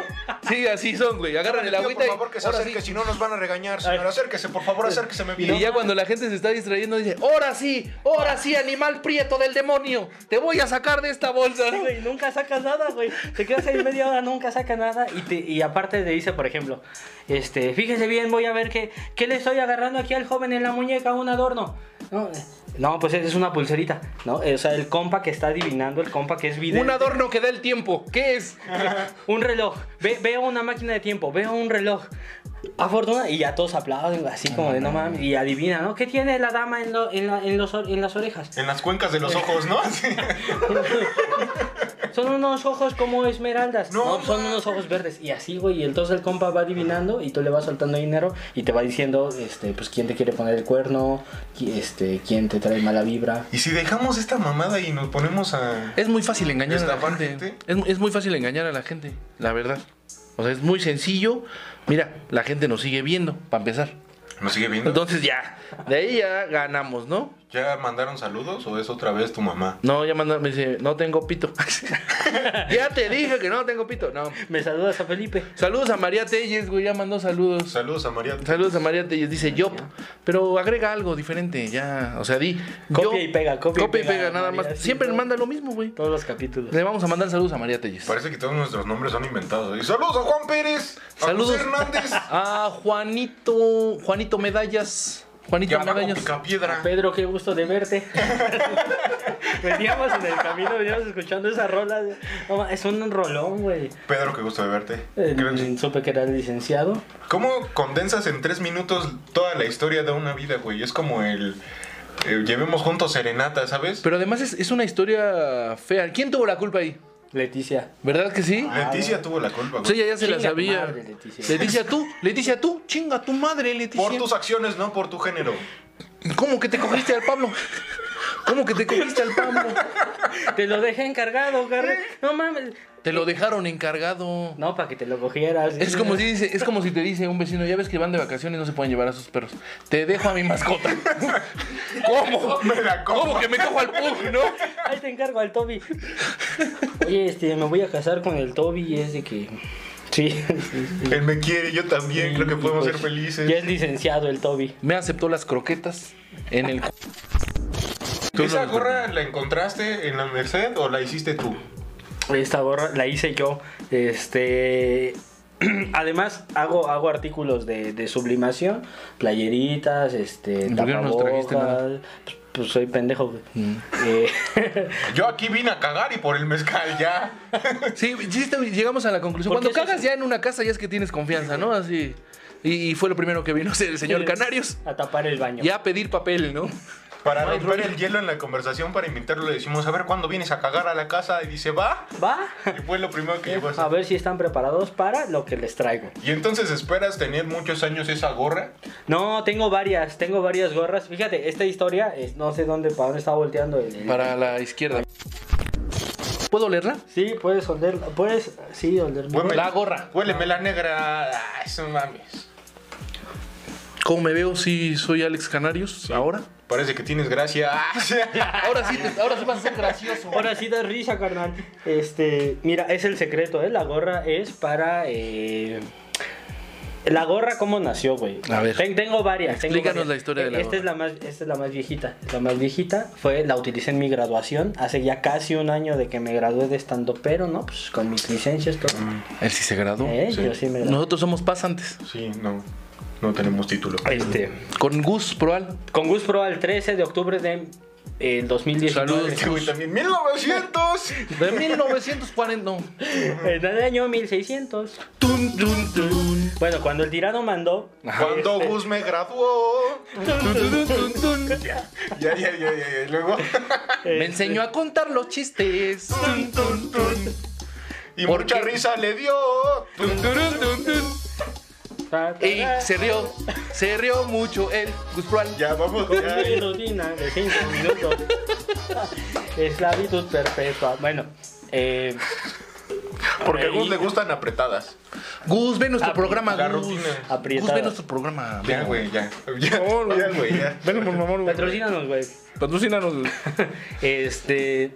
E: Sí, así son, güey. Agarran el
D: Pido,
E: agüita
D: por
E: y,
D: favor, que se
E: ahora
D: acerque,
E: sí.
D: si no nos van a regañar, señor. Acérquese, por favor, acérquese, me
E: Y
D: pido.
E: ya cuando la gente se está distrayendo dice, ahora sí, sí, ahora sí, animal prieto del demonio, te voy a sacar de esta bolsa.
F: Sí, güey, nunca sacas nada, güey. Te quedas ahí media hora, nunca saca nada. Y, te- y aparte te dice, por ejemplo, este, fíjese bien, voy a ver qué, qué le estoy agarrando aquí al joven en la muñeca, un adorno. No, eh, no, pues es una pulserita, ¿no? Eh, O sea, el compa que está adivinando, el compa que es vidente.
E: Un adorno que da el tiempo, ¿qué es?
F: Un reloj. Ve- veo una máquina de tiempo, veo un reloj. Afortuna y ya todos aplauden, así como de no mames. Y adivina, ¿no? ¿Qué tiene la dama en, lo- en la- en los or- en las orejas?
D: En las cuencas de los ojos, ¿no? Así.
F: Son unos ojos como esmeraldas.
D: No,
F: No, son
D: ma-
F: unos ojos verdes. Y así, güey. Y entonces el compa va adivinando y tú le vas soltando dinero y te va diciendo, este, pues quién te quiere poner el cuerno, qui- este, quién te trae mala vibra.
D: Y si dejamos esta mamada y nos ponemos a.
E: Es muy fácil engañar a la
D: ¿Estafar
E: gente.
D: gente?
E: Es, es muy fácil engañar a la gente, la verdad. O sea, es muy sencillo. Mira, la gente nos sigue viendo, para empezar.
D: ¿Nos sigue viendo?
E: Entonces ya, de ahí ya ganamos, ¿no?
D: ¿Ya mandaron saludos o es otra vez tu mamá?
E: No, ya manda, me dice, no tengo pito. ya te dije que no tengo pito. No.
F: Me saludas a Felipe.
E: Saludos a María Telles, güey, ya mandó saludos.
D: Saludos a María.
E: Saludos a María Telles, dice Yop, pero agrega algo diferente, ya, o sea, di.
F: Copia
E: Yop,
F: y pega, copia y
E: copia y
F: pega,
E: pega, nada
F: María,
E: más.
F: sí,
E: Siempre
F: no.
E: manda lo mismo, güey.
F: Todos los capítulos.
E: Le vamos a mandar saludos a María Telles.
D: Parece que todos nuestros nombres son inventados. Y saludos a Juan Pérez, a
E: Saludos.
D: José Hernández,
E: A Ah, Juanito, Juanito Medallas.
D: y
E: Juanito
D: a Paco
E: Medallas.
D: Picapiedra.
F: Pedro, qué gusto de verte. veníamos en el camino, veníamos escuchando esa rola. No, ma- es un rolón, güey.
D: Pedro, qué gusto de verte.
F: Eh,
D: Creo que-
F: Supe que eras licenciado.
D: ¿Cómo condensas en tres minutos toda la historia de una vida, güey? Es como el. eh, llevemos juntos serenata, ¿sabes?
E: Pero además es, es una historia fea. ¿Quién tuvo la culpa ahí?
F: Leticia.
E: ¿Verdad que sí?
D: Leticia tuvo la culpa,
E: O sea,
D: güey.
E: ella ya se la
F: Chinga tu
E: sabía.
F: madre, Leticia.
E: Leticia, tú, Leticia, tú, chinga tu madre, Leticia.
D: Por tus acciones, no por tu género.
E: ¿Cómo que te cogiste al Pablo? ¿Cómo que te cogiste al Pablo?
F: Te lo dejé encargado, Garrett.
D: ¿Eh?
F: No mames.
E: Te lo dejaron encargado.
F: No, para que te lo cogieras.
E: Es como si dice, es como si te dice un vecino, ya ves que van de vacaciones y no se pueden llevar a sus perros. Te dejo a mi mascota. ¿Cómo?
D: Me la como.
E: ¿Cómo que me cojo al pug, no?
F: Ahí te encargo al Toby. Oye, este, me voy a casar con el Toby y es de que. Sí. pues,
D: Él me quiere, yo también. Creo que podemos ser felices.
F: Ya es licenciado el Toby.
E: Me aceptó las croquetas en el. Tú
D: ¿Esa
E: no-
D: gorra la encontraste en la Merced o la hiciste tú?
F: Esta gorra la hice yo. Este. Además, hago, hago artículos de, de sublimación, playeritas, este.
E: ¿Y por qué no nos trajiste nada? Mm.
F: tapabocas. Pues, pues soy pendejo, güey. Eh,
D: Yo aquí vine a cagar y por el mezcal ya.
E: Sí, sí, está- llegamos a la conclusión.
F: Porque
E: Cuando
F: eso
E: cagas
F: es-
E: ya en una casa ya es que tienes confianza, ¿no? Así. Y, y fue lo primero que vino o sea, el señor Canarios.
F: A tapar el baño.
E: Ya a pedir papel, ¿no?
D: Para romper el hielo en la conversación, para invitarlo, le decimos, a ver, ¿cuándo vienes a cagar a la casa? Y dice, va.
F: ¿Va?
D: Y fue lo primero que llegó a
F: A
D: hacer.
F: ver si están preparados para lo que les traigo.
D: Y entonces esperas tener muchos años esa gorra.
F: No, tengo varias, tengo varias gorras. Fíjate, esta historia, es- no sé dónde, para dónde está volteando el... el-
E: Para la izquierda. ¿Puedo leerla?
F: Sí, puedes oler, puedes, sí, oler.
D: Huémela.
E: La gorra.
D: Huéleme la negra. Ay, eso mames.
E: ¿Cómo me veo si soy Alex Canarios ahora?
D: Parece que tienes gracia. Ay,
E: Ahora sí, te- ahora sí vas a ser gracioso.
F: Ahora sí da risa, carnal. Este, mira, es el secreto, ¿eh? La gorra es para... eh, La gorra, ¿cómo nació, güey?
E: A ver.
F: Ten- tengo varias. tengo
E: Explícanos
F: varias.
E: la historia de la
F: esta es la más, Esta es la más viejita. La más viejita fue, la utilicé en mi graduación. Hace ya casi un año de que me gradué de estando, pero, ¿no? Pues con mis licencias, todo.
E: Él Mm, sí se graduó.
F: Eh, Yo sí me gradué.
E: Nosotros somos pasantes.
D: Sí, no. No tenemos título.
F: Este,
E: Con Gus Proal.
F: con Gus Pro al 13 de octubre de eh, 2019.
D: Sí, güey, también. ¡1900!
E: De 1940. no.
F: En el año 1600.
E: Tun, tun, tun.
F: Bueno, cuando el tirano mandó.
D: Cuando Gus me graduó. Ya, ya, ya, ya, ya, ya. Y Luego.
E: Me enseñó a contar los chistes.
D: Y
E: ¿Por
D: mucha
E: qué?
D: risa le dio.
F: ta, ta,
E: Y
F: ta,
E: se rió, se rió mucho él, Gus Proal.
D: Ya, vamos.
F: con
D: ya.
F: mi rutina de 5 minutos. Esclavitud perpetua. Bueno, eh,
D: Porque a
F: Ahí.
D: Gus le gustan apretadas.
E: Gus, ve nuestro
F: Ah,
E: programa,
D: la
E: Gus.
D: rutina.
E: Gus,
F: Aprietada.
E: ve nuestro programa.
D: Ya, güey, ya. Ya,
E: No, no.
D: ya, güey, ya.
E: Ven, por favor,
F: patrocínanos, güey.
E: Patrocínanos.
F: Este.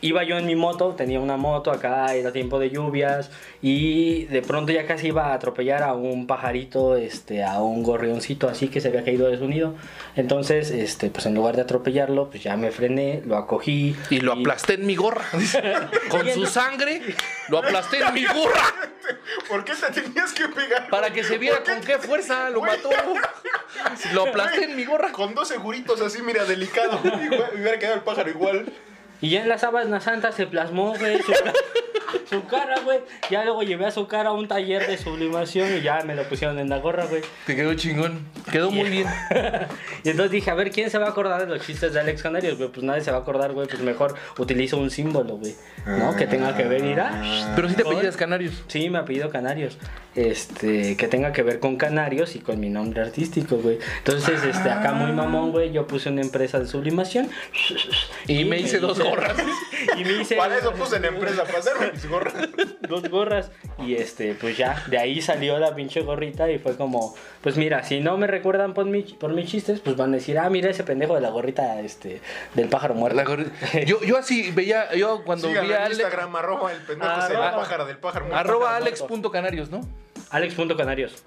F: iba yo en mi moto, tenía una moto acá, era tiempo de lluvias y de pronto ya casi iba a atropellar a un pajarito, este, a un gorrioncito así que se había caído de su nido. Entonces, este, pues en lugar de atropellarlo, pues ya me frené, lo acogí
E: Y lo aplasté en mi gorra. Con su sangre, lo aplasté en mi gorra.
D: ¿Por qué te tenías que pegar?
E: Para que se viera
D: ¿Por qué
E: con qué fuerza lo
D: Güey.
E: mató. Lo aplasté en mi gorra.
D: Con dos seguritos así, mira, delicado. Igual, me hubiera quedado el pájaro igual.
F: Y ya en las sábanas santas se plasmó, güey, su, ca- su cara, güey. Ya luego llevé a su cara a un taller de sublimación y ya me lo pusieron en la gorra, güey.
E: Te quedó chingón. Quedó muy bien.
F: Y entonces dije, a ver, ¿quién se va a acordar de los chistes de Alex Canarios, güey? Pues nadie se va a acordar, güey. Pues mejor utilizo un símbolo, güey. ¿No? Que tenga que ver, irá.
E: Pero si te apellidas Canarios.
F: Sí, me apellido Canarios. Este, que tenga que ver con Canarios y con mi nombre artístico, güey. Entonces, este, acá muy mamón, güey, yo puse una empresa de sublimación.
E: Y me hice dos gorras.
F: Y me hice
D: Para eso puse la empresa, para hacerme mis gorras.
F: dos gorras y este pues ya de ahí salió la pinche gorrita y fue como pues mira si no me recuerdan por mi por mis chistes pues van a decir ah mira ese pendejo de la gorrita este del pájaro muerto
E: La gorra- Yo, yo así veía, yo cuando vi
D: Síganlo
E: a
D: en
E: Ale-
D: Instagram, arroba el pendejo, será
F: Arroba.
D: el pájaro del pájaro.
E: arroba
F: Pájaro
E: alex.canarios, ¿no?
F: Alex.canarios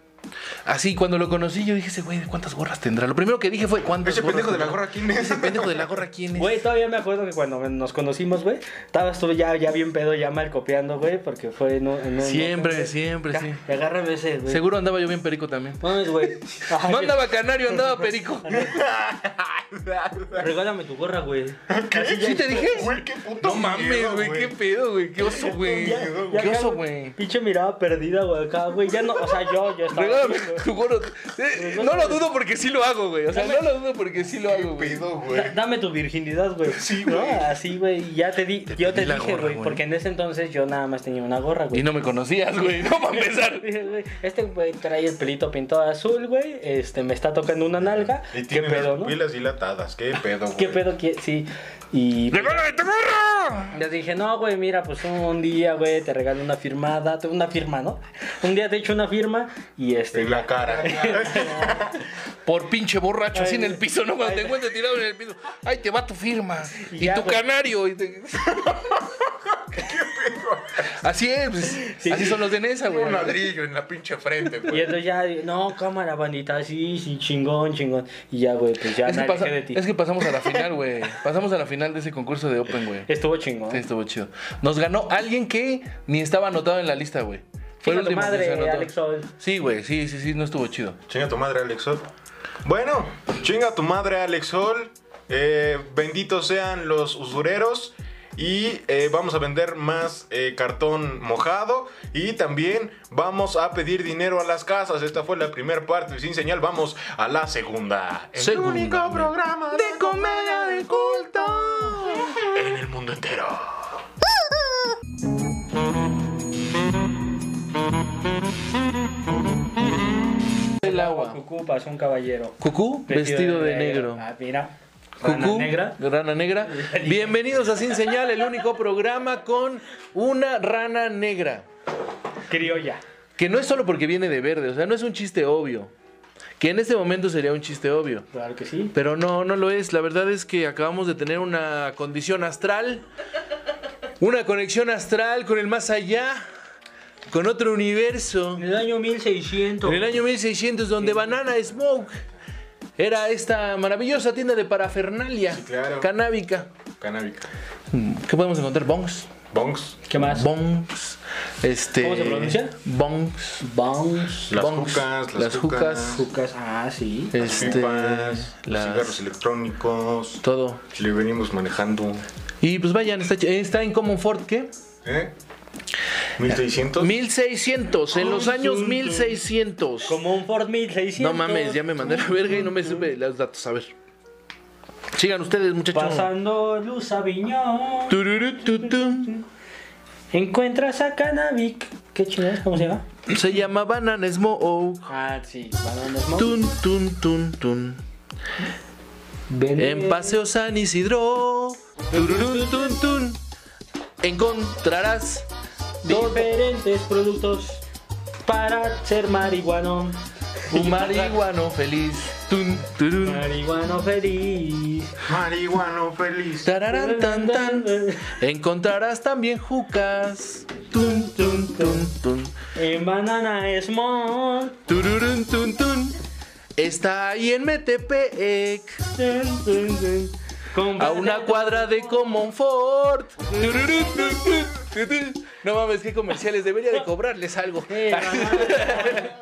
E: Así, cuando lo conocí, yo dije, ese güey, ¿cuántas gorras tendrá? Lo primero que dije fue, ¿cuántas
D: Ese
E: gorras
D: pendejo de la
E: tendrá?
D: gorra, ¿quién es?
E: Ese pendejo de la gorra, ¿quién es?
F: güey todavía me acuerdo que cuando nos conocimos güey estabas tú ya ya bien pedo ya mal copiando güey porque fue en un- en un-
E: Siempre,
F: entonces,
E: siempre,
F: ya,
E: sí.
F: agárrame ese güey
E: Seguro andaba yo bien perico también.
F: mames güey Ay,
E: No andaba canario, andaba perico.
F: regálame tu gorra güey
E: ¿Sí te dije?
D: Güey, qué puto
E: No mames,
D: miedo,
E: güey, qué pedo, güey, qué oso, güey.
D: miedo,
E: Qué
F: acá,
E: oso, güey.
F: pinche mirada perdida güey acá güey ya no o sea yo yo estaba
E: Regálame
F: así, güey.
E: tu gorro. Eh, No lo dudo porque sí lo hago, güey. O sea, no lo dudo porque sí lo hago,
D: Qué
E: güey.
D: pedo,
F: Da-
D: güey.
F: Dame tu virginidad, güey.
D: Sí,
F: No,
D: güey.
F: así, güey. y Ya te di, yo te
E: pedí la
F: dije,
E: gorra,
F: güey.
E: güey.
F: Porque en ese entonces yo nada más tenía una gorra,
E: Y
F: güey.
E: no me conocías, güey. No para empezar.
F: Dije, güey, Este güey trae el pelito pintado de azul, güey. Este me está tocando una nalga.
D: Y
F: ¿Qué
D: tiene
F: pedo,
D: las
F: no?
D: pilas dilatadas, qué pedo, güey.
F: ¿Qué pedo? que- Sí. Y
E: ¡Regálame tu gorro!
F: les dije, no, güey, mira, pues un, un día, güey, te regalo una firmada. te- Una firma, ¿no? Un día te echo una firma y este.
D: En la cara.
E: Por pinche borracho, así en el piso, ¿no? Cuando
F: Ay.
E: te encuentres tirado en el piso. Ay, te va tu firma. Y,
F: Ya, pues.
E: tu
F: güey.
E: canario. y te- así es, pues,
F: Sí,
E: así
F: sí.
E: son los de Nesa, güey.
D: Un ladrillo en la pinche frente,
F: Y
D: güey.
F: entonces ya, no, cámara, bandita, sí, sí, chingón, chingón. Y ya, güey, pues ya
E: Es que,
F: me
E: pasa-
F: alejé de ti.
E: es que pasamos a la final, güey. Pasamos a la final de ese concurso de Open, güey.
F: Estuvo chingón.
E: Sí, estuvo chido. Nos ganó alguien que ni estaba anotado en la lista, güey. Fue
F: Fue
E: el
F: tu
E: último que
F: madre,
E: se anotó.
F: Alex Sol.
E: Sí, güey, sí, sí, sí, no estuvo chido.
D: Chinga tu madre, Alex Sol. Bueno, chinga tu madre, Alex Sol. Eh, benditos sean los usureros. Y eh, vamos a vender más eh, cartón mojado. Y también vamos a pedir dinero a las casas. Esta fue la primera parte. de Sin señal, vamos a la segunda. El
E: Segunda,
D: único
E: güey.
D: programa de comedia de culto en el mundo entero.
E: El agua.
F: Cucú pasó un caballero.
E: Cucú, vestido, de, negro.
F: Ah, mira. Rana
E: Cucú,
F: negra.
E: Rana negra. Bienvenidos a Sin Señal, el único programa con una rana negra.
F: Criolla.
E: Que no es solo porque viene de verde, o sea, no es un chiste obvio. Que en este momento sería un chiste obvio.
F: Claro que sí.
E: Pero no, no lo es. La verdad es que acabamos de tener una condición astral. Una conexión astral con el más allá. Con otro universo.
F: En el año 1600.
E: En el año 1600, donde Banana Smoke era esta maravillosa tienda de parafernalia
D: claro.
E: canábica.
D: Canábica.
E: ¿Qué podemos encontrar? Bongs.
D: Bongs.
F: ¿Qué más?
E: Bongs. Este,
F: ¿Cómo se pronuncia?
E: Bongs.
F: Bounce.
D: Las
E: bongs,
D: jucas, las
E: las jucas.
D: jucas.
F: Cucas. Ah, sí.
E: Este,
D: pipas,
E: las-
D: cigarros electrónicos.
E: todo.
D: Le venimos manejando.
E: Y pues vayan, está, ch- está en Common Fort, ¿qué?
D: ¿Eh? 1600.
E: 1600, en los años 1600.
F: Como un Ford 1600.
E: No mames, ya me mandé la verga y no me supe los datos. A ver. Sigan ustedes, muchachos.
F: Pasando Luz Aviñón.
E: Tururututum.
F: Encuentras a Canavic. ¿Qué chingados? ¿Cómo se llama?
E: Se llama Banana Smoke.
F: Ah, sí. Banana Smoke.
E: Tun, tun, tun, tun.
F: Vende-
E: En Paseo San Isidro. Tururún, tun, tun. Encontrarás todo
F: Diferentes productos para ser marihuano.
E: un marihuano feliz. Tun, turun.
F: Marihuano feliz.
D: Marihuano feliz.
E: Tararán, tan, tan. Encontrarás también jucas. Tun, tun, tun, tun.
F: En banana small.
E: Tururun, tun, tun. Está ahí en Metepec,
F: Dun, dun, dun. Con
E: a una
F: banana-
E: cuadra de Comonfort. Tururun, tun, tun, tun, tun. No mames, qué comerciales, debería de cobrarles algo.
F: Eh, banana.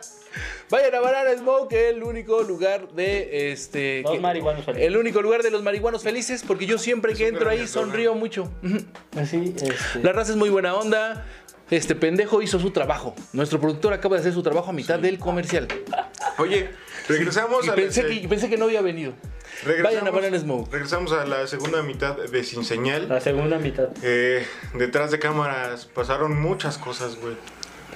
E: Vayan a Banana Smoke, el único lugar de este.
F: Los
E: que-
F: marihuanos felices.
E: El único lugar de los marihuanos felices, porque yo siempre que entro ahí sonrío mucho. Ujú.
F: Así, este.
E: La raza es muy buena onda. Este pendejo hizo su trabajo. Nuestro productor acaba de hacer su trabajo a mitad del comercial.
D: Oye, regresamos
E: Y
D: a
E: pensé
D: la,
E: que, pensé que no había venido. Vayan a Banana Smoke.
D: regresamos a la segunda mitad de Sin Señal.
F: La segunda mitad.
D: Eh, detrás de cámaras pasaron muchas cosas, güey.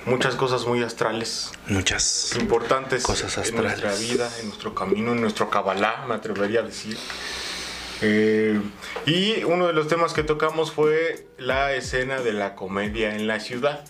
D: Muchas cosas muy astrales,
E: Muchas.
D: importantes
E: Cosas
D: en nuestra
E: astrales.
D: vida, en nuestro camino, en nuestro cabalá, me atrevería a decir. Eh, y uno de los temas que tocamos fue la escena de la comedia en la ciudad.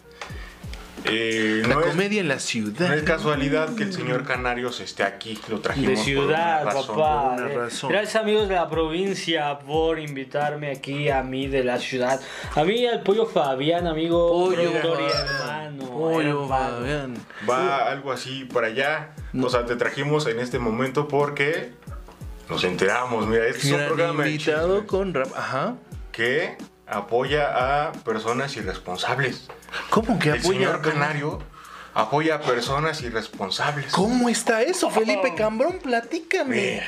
D: Eh,
E: La
D: no es-
E: comedia en la
D: No es
E: ciudad.
D: casualidad que el señor Canarios esté aquí, lo trajimos.
F: De
D: por
F: ciudad,
D: una razón.
F: papá.
E: por una
F: Eh,
E: razón.
F: Gracias amigos de la provincia por invitarme aquí a mí de la ciudad. A mí al pollo Fabián, amigo.
E: Pollo
F: productor y
E: Fabián.
F: hermano,
E: Pollo,
F: hermano.
E: Fabián.
D: Va algo así para allá. O sea, te trajimos en este momento porque nos enteramos. Mira, este es un
E: Gran
D: programa de
E: invitado
D: chismes
E: con rap. Ajá.
D: que apoya a personas irresponsables.
E: ¿Cómo que
D: El
E: apoya?
D: señor Canario apoya a personas irresponsables.
E: ¿Cómo está eso, Felipe Cambrón? Platícame.
D: Mira,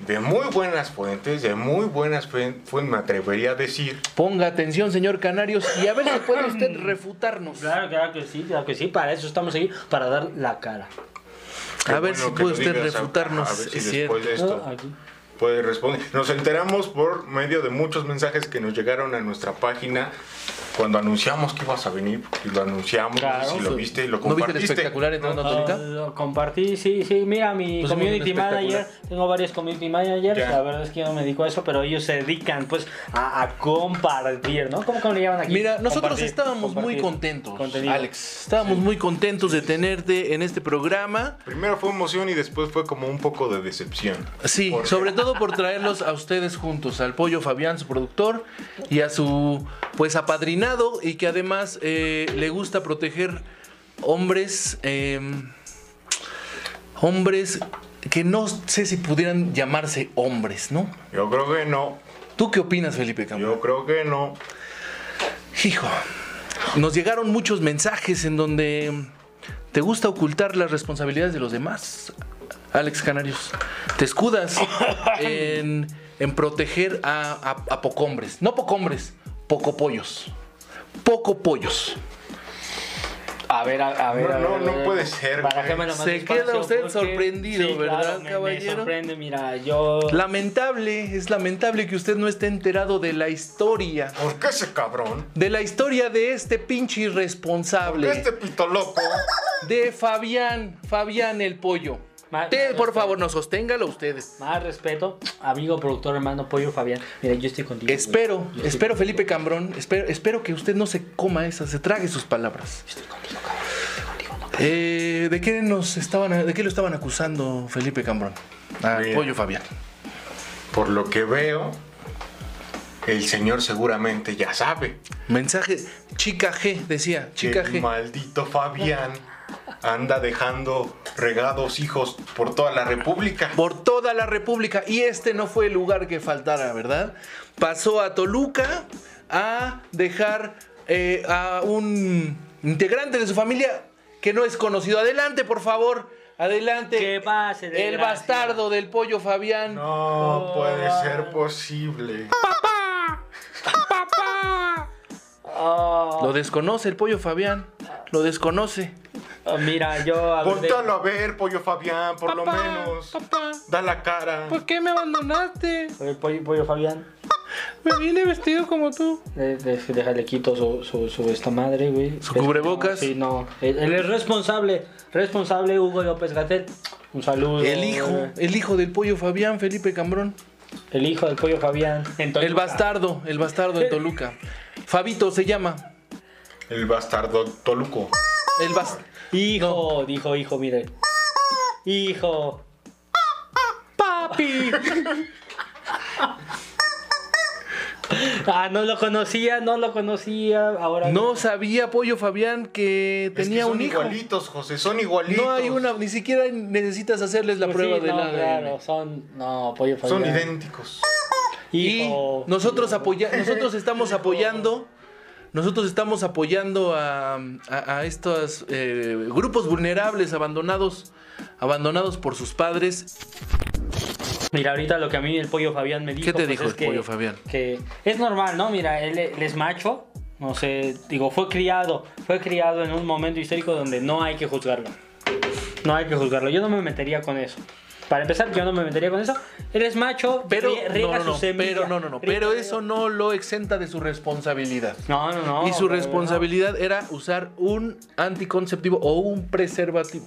D: de muy buenas fuentes, de muy buenas fuen- fuentes, me atrevería a decir.
E: Ponga atención, señor Canarios, y a ver si puede usted refutarnos.
F: Claro, claro que sí, claro que sí. Para eso estamos aquí, para dar la cara.
D: Qué
E: A ver
D: bueno
E: si
D: que
E: puede
D: lo
E: usted
D: digas, a-
E: refutarnos.
D: a ver si
E: es
D: después de
E: cierto.
D: esto-
F: Ah, aquí.
D: Pues responde. Nos enteramos por medio de muchos mensajes que nos llegaron a nuestra página cuando anunciamos que ibas a venir. Y lo anunciamos,
F: Claro,
D: si lo
F: sí.
D: viste y lo
E: ¿No viste el
D: compartiste.
E: espectacular entrando a
F: Ah,
E: Toluca?
F: lo compartí, sí, sí. Mira, mi
E: Pusimos un
F: community manager,
E: Pues espectacular.
F: tengo varios community managers.
D: Ya.
F: La verdad es que yo no me dedico a eso, pero ellos se dedican pues a, a compartir, ¿no? ¿Cómo, cómo le llaman aquí?
E: Mira, nosotros
F: Compartir,
E: estábamos muy
F: compartir
E: contentos,
F: contenido.
E: Alex. Estábamos muy contentos de tenerte en este programa.
D: Primero fue emoción y después fue como un poco de decepción.
E: Sí,
D: Porque-
E: sobre todo por traerlos a ustedes juntos, al Pollo Fabián, su productor, y a su pues apadrinado, y que además eh, le gusta proteger hombres, eh, hombres que no sé si pudieran llamarse hombres, ¿no?
D: Yo creo que no.
E: ¿Tú qué opinas, Felipe Campo?
D: Yo creo que no.
E: Hijo, nos llegaron muchos mensajes en donde te gusta ocultar las responsabilidades de los demás, Alex Canarios. Te escudas en, en proteger a, a- a pocombres. No pocombres, poco pollos. Poco pollos.
F: A ver, a, a ver.
D: No,
F: a
D: no,
F: ver,
D: no
F: a ver.
D: puede ser, güey.
F: Barajémelo más
E: Se
F: despacio,
E: queda usted
F: porque-
E: sorprendido,
F: Sí,
E: ¿verdad,
F: claro, me-
E: caballero?
F: Me sorprende, mira, yo.
E: Lamentable, es lamentable que usted no esté enterado de la historia.
D: ¿Por qué ese cabrón?
E: De la historia de este pinche irresponsable.
D: Este pito loco.
E: De Fabián, Fabián el pollo.
F: Ma-
E: Te- por favor, no sosténgalo ustedes.
F: Más respeto, amigo productor, hermano Pollo Fabián. Mira, yo estoy contigo. güey.
E: Espero,
F: Yo estoy
E: espero Felipe Cambrón, espero, espero que usted no se coma esas, se trague sus palabras. Eh, ¿De qué nos estaban, de qué lo estaban acusando Felipe Cambrón? A
D: Mira.
E: Pollo Fabián.
D: Por lo que veo, el señor seguramente ya sabe
E: Mensaje, chica G, decía,
D: que
E: chica
D: el
E: G.
D: maldito Fabián anda dejando regados hijos por toda la república.
E: Por toda la República. Y este no fue el lugar que faltara, ¿verdad? Pasó a Toluca a dejar eh, a un integrante de su familia que no es conocido. Adelante, por favor. Adelante.
F: Que pase,
E: El
F: desgracia.
E: bastardo del pollo Fabián.
D: No puede ser posible.
F: Oh,
E: Lo desconoce el pollo Fabián. Lo desconoce.
F: oh, mira, yo. a ver, de-
D: Voltalo a ver, pollo Fabián, por lo menos. Da la cara.
E: qué me abandonaste?
F: A ver, Pollo, Pollo Fabián.
E: Me vine vestido como tú.
F: De- de- Déjale quito su, su, su esta madre, güey.
E: Su cubrebocas.
F: Sí, no. Él, él es responsable. Responsable Hugo López Gatel. Un saludo.
E: El hijo, el hijo del pollo Fabián, Felipe Cambrón.
F: El hijo del pollo Fabián.
E: El bastardo, el bastardo en Toluca. Fabito se llama.
D: El bastardo Toluco.
E: El bas-
F: Hijo, dijo hijo, mire. Hijo. papi. Ah, no lo conocía, no lo conocía. Ahora
E: No sabía Pollo Fabián que
D: Es que
E: tenía
D: son
E: un hijo.
D: igualitos, José, son igualitos.
E: No hay una, ni siquiera necesitas hacerles la
F: Pues
E: prueba
F: sí,
E: de
F: no,
E: la
F: Claro, son. No, pollo
D: Son
F: Fabián.
D: idénticos.
E: Y
F: Hijo.
E: nosotros apoya- nosotros estamos apoyando, nosotros estamos apoyando a, a- a estos eh, grupos vulnerables, abandonados, abandonados por sus padres.
F: Mira, ahorita lo que a mí el pollo Fabián me dijo.
E: ¿Qué te
F: pues,
E: dijo
F: es
E: el
F: que-
E: Pollo Fabián?
F: Que es normal, ¿no? Mira, él, él es macho. No sé, digo, fue criado. Fue criado en un momento histórico donde no hay que juzgarlo. No hay que juzgarlo. Yo no me metería con eso. Para empezar, yo no me metería con eso. Eres macho,
E: Pero
F: rie-
E: no,
F: riega
E: no,
F: su
E: no,
F: semilla.
E: pero no, no, no,
F: Riega-
E: pero eso no lo exenta de su responsabilidad.
F: No, no, no.
E: y su
F: no, no, no.
E: responsabilidad era usar un anticonceptivo o un preservativo.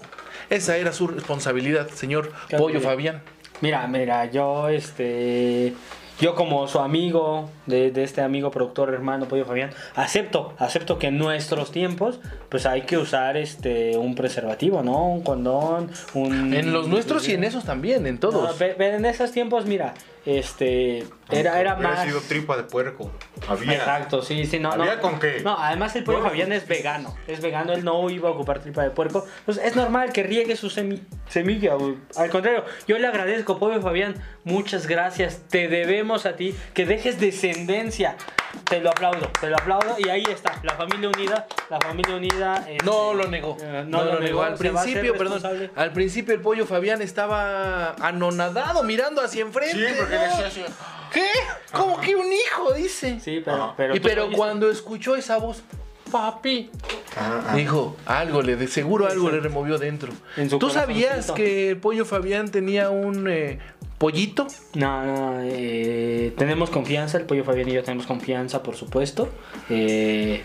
E: Esa era su responsabilidad, señor
F: Qué
E: Pollo
F: horrible.
E: Fabián.
F: Mira, mira, yo este. Yo como su amigo, de, de este amigo productor hermano Pollo Fabián, acepto, acepto que en nuestros tiempos, pues hay que usar este un preservativo, ¿no? Un condón, un...
E: En los nuestros y en esos también, en
F: Mm, No,
E: todos.
F: pe- pero en esos tiempos, mira, este, era, era
D: Hubiera
F: más...
D: sido tripa de puerco. Había.
F: Exacto, sí, sí, no,
D: ¿Había
F: no.
D: con qué?
F: No, además el pollo Fabián es vegano. Es vegano, él no iba a ocupar tripa de puerco. Entonces es normal que riegue su semi- semilla. güey. Al contrario, yo le agradezco, pollo Fabián. Muchas gracias. Te debemos a ti que dejes descendencia. Te lo aplaudo, te lo aplaudo. Y ahí está, la familia unida. La familia unida. este,
E: No lo negó.
F: eh,
E: no, lo, negó. Al
F: se va a hacer
E: principio, perdón.
F: responsable.
E: Al principio el pollo Fabián estaba anonadado mirando
D: Sí,
E: hacia enfrente.
D: porque
E: ¿no?
D: decía así.
E: ¿Qué? ¿Cómo que un hijo? Dice.
F: Sí, pero,
D: Ajá.
F: pero, pues
E: y
F: tú
E: pero
F: lo viste.
E: cuando escuchó esa voz, papi,
D: Ah, ah.
E: dijo, algo le, de seguro algo le removió dentro.
F: En su
E: ¿Tú sabías
F: corazoncito.
E: que el pollo Fabián tenía un eh, pollito?
F: No, no, eh, tenemos confianza, el pollo Fabián y yo tenemos confianza, por supuesto. eh,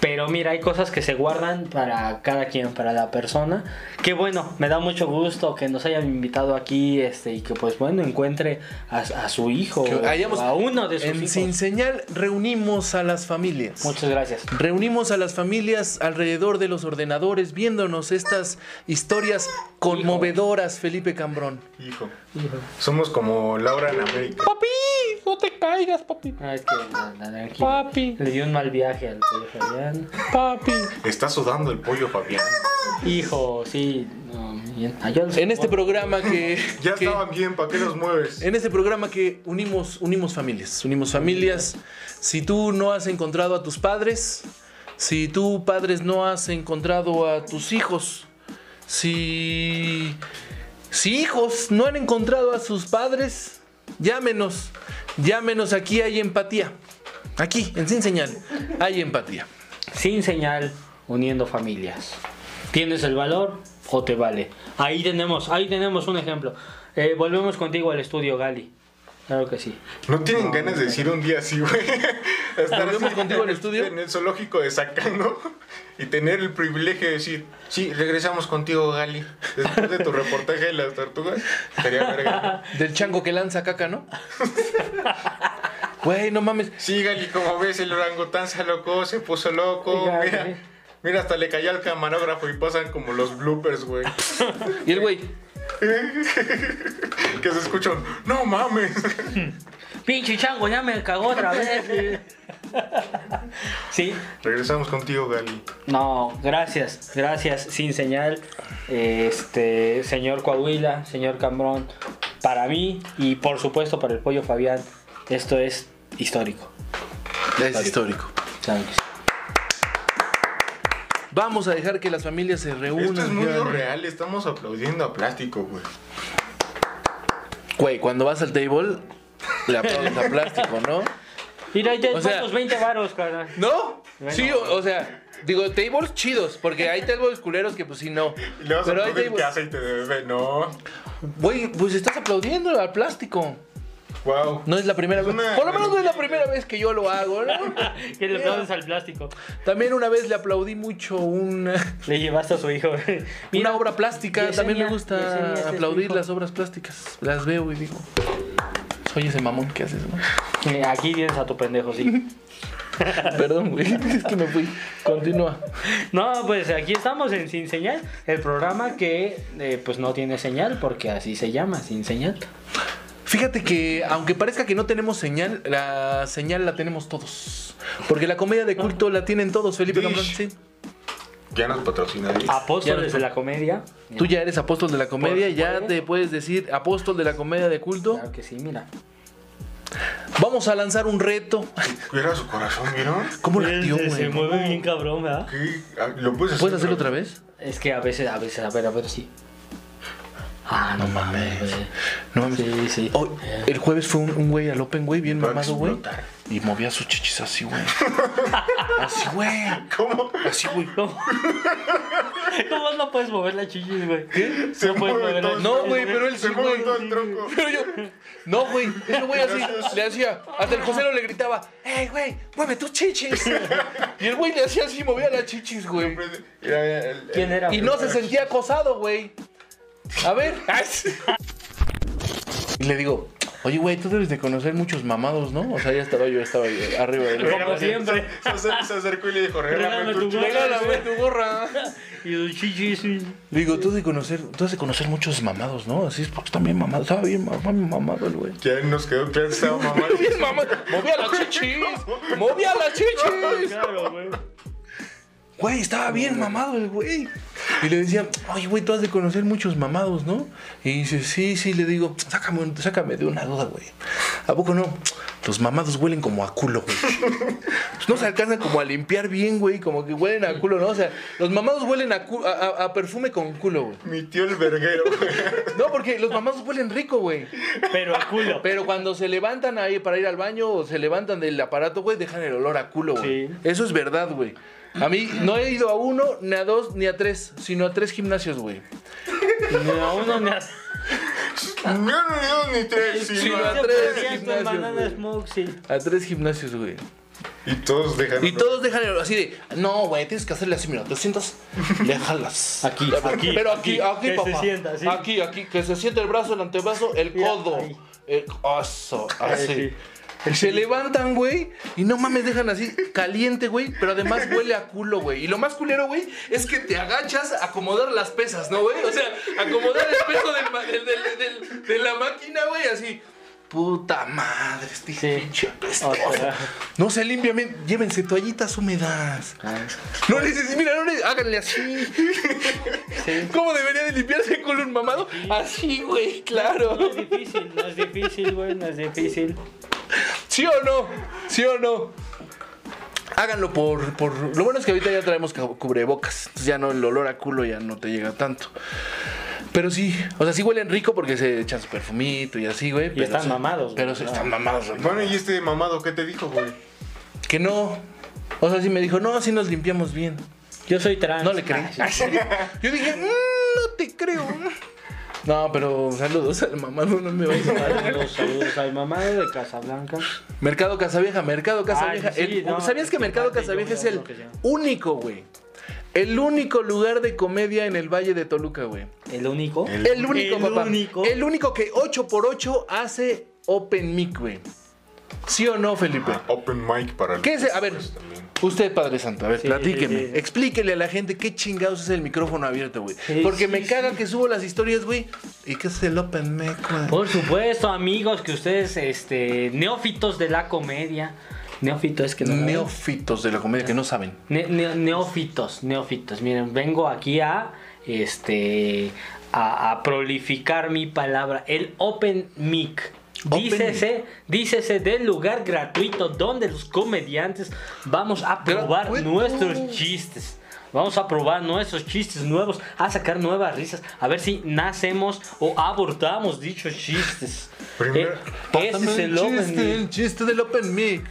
F: pero mira, hay cosas que se guardan para cada quien, para la persona. Que bueno, me da mucho gusto que nos hayan invitado aquí este, y que pues bueno, encuentre a, a su hijo,
E: Que
F: o
E: hayamos-
F: a uno de sus
E: En
F: hijos.
E: Sin Señal reunimos a las familias.
F: Muchas gracias.
E: Reunimos a las familias alrededor de los ordenadores viéndonos estas historias conmovedoras, Felipe Cambrón.
D: Hijo. Somos como Laura en América.
G: No te caigas, papi.
F: Ah, es que, no, no, tranquilo.
G: Papi.
F: Le dio un mal viaje al pollo Fabián.
G: Papi.
D: Está sudando el pollo, Fabián.
F: Hijo, sí. no, bien. Ah, yo los-
E: En este programa que,
D: Ya
E: que-
D: estaban bien, ¿para qué los mueves?
E: en este programa que unimos unimos familias, unimos familias. Si tú no has encontrado a tus padres, si tú padres no has encontrado a tus hijos, si si hijos no han encontrado a sus padres, llámenos. Llámenos, aquí hay empatía. Aquí, en Sin Señal, hay empatía.
F: Sin señal, uniendo familias. ¿Tienes el valor o te vale? Ahí tenemos, ahí tenemos un ejemplo. Eh, volvemos contigo al estudio, Gali. Claro que sí.
D: No tienen ganas de decir un día así, güey. Estar
E: ¿Volvemos contigo al estudio?
D: En el zoológico de Sacano y tener el privilegio de decir, sí, regresamos contigo, Gali. Después de tu reportaje de las tortugas, estaría verga.
E: Del chango que lanza caca, ¿no? Güey, no mames.
D: Sí, Gali, como ves, el orangután se alocó, se puso loco.
F: Oiga,
D: Mira,
F: Gali.
D: mira, hasta le cayó al camarógrafo y pasan como los bloopers, güey.
E: Y el güey,
D: Que se escuchan, no mames.
F: Pinche chango, ya me cagó otra vez. sí,
D: regresamos contigo, Gali.
F: no, gracias, gracias. Sin señal, este señor Coahuila, señor Cambrón, para mí y por supuesto para el pollo Fabián, esto es histórico.
E: es histórico.
F: Claro que sí.
E: Vamos a dejar que las familias se reúnan.
D: Esto es muy
E: ya.
D: real, estamos aplaudiendo a plástico, güey.
E: Güey, cuando vas al table, le aplaudes a plástico, ¿no?
F: Mira, ahí te
E: O
F: los
E: sea-
F: 20 varos, carnal.
E: ¿No? Sí, o, o sea, digo, tables chidos, porque hay tables culeros que pues sí, no.
D: Y le vas
E: Pero
D: a
E: hay
D: pedir
E: tables...
D: que aceite de bebé, no.
E: Güey, pues estás aplaudiendo al plástico.
D: Wow.
E: No es la primera vez.
D: una-
E: Por lo menos no es la primera vez que yo lo hago, ¿no?
F: Que le aplaudes al plástico.
E: También una vez le aplaudí mucho una...
F: Le llevaste a su hijo.
E: una obra plástica,
F: Yesenia,
E: también me gusta
F: Yesenia es el
E: aplaudir
F: hijo.
E: las obras plásticas. Las veo y digo, soy ese mamón que haces, ¿no?
F: Eh, Aquí tienes a tu pendejo, sí.
E: Perdón, güey, es que me fui. Continúa.
F: No, pues aquí estamos en Sin Señal, el programa que eh, pues no tiene señal porque así se llama, Sin Señal.
E: Fíjate que, aunque parezca que no tenemos señal, la señal la tenemos todos. Porque la comedia de culto la tienen todos, Felipe
D: Dish.
E: Cambrón. Sí.
D: Ya nos patrocina Dish.
E: Ah,
F: Apóstoles de la comedia.
E: Tú ya eres apóstol de la comedia, ya
F: supuesto.
E: te puedes decir apóstol de la comedia de culto.
F: Claro que sí, mira.
E: Vamos a lanzar un reto.
D: Era su corazón, ¿vieron?
E: ¿Cómo la dio,
F: Se
E: güey?
F: mueve bien cabrón, ¿verdad?
D: ¿Qué? Ah, ¿Lo puedes hacer,
E: ¿Puedes hacerlo otra vez?
F: Es que a veces, a veces, a ver, a ver, sí. Ah, no, mames. güey.
E: No mames. Oh,
F: Sí, sí.
E: Hoy- el jueves fue un, un güey al Open, güey, bien
D: Va a
E: mamado, güey.
D: explotar.
E: Y movía sus chichis así, güey. Así, güey.
D: ¿Cómo?
E: Así, güey.
F: ¿Cómo no puedes mover la chichis, güey? ¿Qué?
D: Se mueve todo.
E: No, güey, pero él sí,
D: Se mueve
E: güey.
D: todo el tronco.
E: Pero yo. No, güey. El güey así le hacía. Hasta el José le gritaba: ¡Ey, güey! ¡Mueve tus chichis! Y el güey le hacía así, movía las chichis, güey.
D: Era el-
F: ¿Quién era?
E: Y
F: güey?
E: no se sentía acosado, güey. A ver. Y le digo, oye, güey, tú debes de conocer muchos mamados, ¿no? O sea, ya estaba yo, estaba ahí, arriba del
F: Como siempre.
D: Se acer- se acercó y le dijo, regálame
F: Regálame
D: tu
F: tu
D: chico.
E: Regálame tu gorra.
F: Y los chichis. sí.
E: Le digo, tú has de conocer, tú has de conocer muchos mamados, ¿no? Así es porque están bien mamados. Estaba bien mamado, mamado el güey.
D: Ya nos quedó claro que estaba mamá.
E: Bien mamado. Movía las chichis. Movía las chichis.
F: Claro, güey.
E: Güey, estaba bien mamado el güey. Y le decía, oye, güey, tú has de conocer muchos mamados, ¿no? Y dice, sí, sí, le digo, sácame, un- sácame de una duda, güey. ¿A poco no? Los mamados huelen como a culo, güey. Pues No se alcanzan como a limpiar bien, güey, como que huelen a culo, ¿no? O sea, los mamados huelen a, cu- a- a- a perfume con culo, güey.
D: Mi tío el verguero.
E: No, porque los mamados huelen rico, güey.
F: Pero a culo.
E: Pero cuando se levantan ahí para ir al baño o se levantan del aparato, güey, dejan el olor a culo, güey.
F: Sí.
E: Eso es verdad, güey. A mí no he ido a uno, ni a dos, ni a tres, sino a tres gimnasios, güey.
F: Ni a uno ni a
D: Yo no dio ni tres,
E: Sí,
D: sino
E: no.
D: a-
E: tres
F: Sí,
E: gimnasios,
F: Banana
E: güey.
F: Smoke, sí.
E: A tres gimnasios, güey.
D: Y todos dejan.
E: Y todos dejan el olor así de, no, güey, tienes que hacerle así, mira, te sientas, le jalas.
F: Aquí, aquí,
E: Pero aquí, aquí,
F: aquí, que se
E: papá.
F: sienta, sí.
E: Aquí, aquí, que se siente el brazo, el antebrazo, el
F: Mira,
E: codo.
F: ahí.
E: El oso, así.
F: Ahí,
E: Se levantan, güey, y no mames, dejan así caliente, güey, pero además huele a culo, güey. Y lo más culero, güey, es que te agachas a acomodar las pesas, ¿no, güey? O sea, acomodar el peso del ma- del- del- del- de la máquina, güey, así. Puta madre, este
F: Sí.
E: pinche
F: O
E: apestoso.
F: sea,
E: No se limpia bien, llévense toallitas húmedas. No les dices, mira, no les, háganle así. ¿Cómo debería de limpiarse con un mamado? Así, güey, claro.
F: no es difícil, no es difícil, güey, no es difícil.
E: ¿Sí o no? ¿Sí o no? Háganlo por, por... Lo bueno es que ahorita ya traemos cu- cubrebocas. Entonces ya no, el olor a culo ya no te llega tanto. Pero sí, o sea, sí huelen rico porque se echan su perfumito y así, güey. pero
F: están
E: sí-
F: mamados,
E: Pero
F: güey,
E: sí
F: ¿no?
E: están mamados. güey.
D: Bueno, ¿y este mamado qué te dijo, güey?
E: Que no. O sea, sí me dijo, no, sí nos limpiamos bien.
F: Yo soy trans. Ah,
E: No le creí. Yo dije, "Mm, no te creo. No, pero saludos al mamado, no me vayas a mal.
F: Saludos, saludos al mamado de Casablanca.
E: Mercado Casavieja, Mercado Casavieja.
F: Ah, sí,
E: El-
F: no,
E: ¿Sabías
F: es
E: que
F: que
E: Mercado
F: aparte yo
E: Casavieja es
F: veo
E: el
F: lo que sea.
E: único, güey? El único lugar de comedia en el Valle de Toluca, güey.
F: El único.
E: El único,
F: El
E: papá.
F: único.
E: El único que 8x8 hace Open Mic, güey. ¿Sí o no, Felipe?
D: Open mic para el.
E: ¿Qué es? A ver,
D: también.
E: usted, Padre Santo, a ver,
F: Sí,
E: platíqueme.
F: sí, sí.
E: Explíquele a la gente qué chingados es el micrófono abierto, güey.
F: Sí,
E: Porque
F: sí,
E: me caga que subo las historias, güey. ¿Y qué es el Open Mic, güey?
F: Por supuesto, amigos, que ustedes, este, neófitos de la comedia. Neófito es que no.
E: Neófitos de la comedia que no saben.
F: Ne- ne- neófitos, neófitos. Miren, vengo aquí a este a, a prolificar mi palabra. El Open Mic.
E: Open
F: Dícese, dícese del lugar gratuito donde los comediantes vamos a probar
E: Gratuito.
F: nuestros chistes. Vamos a probar nuestros chistes nuevos, a sacar nuevas risas, a ver si nacemos o abortamos dichos chistes.
D: Primero,
F: Eh, ese es el Open
E: chiste,
F: Mic.
E: el chiste del Open Mic.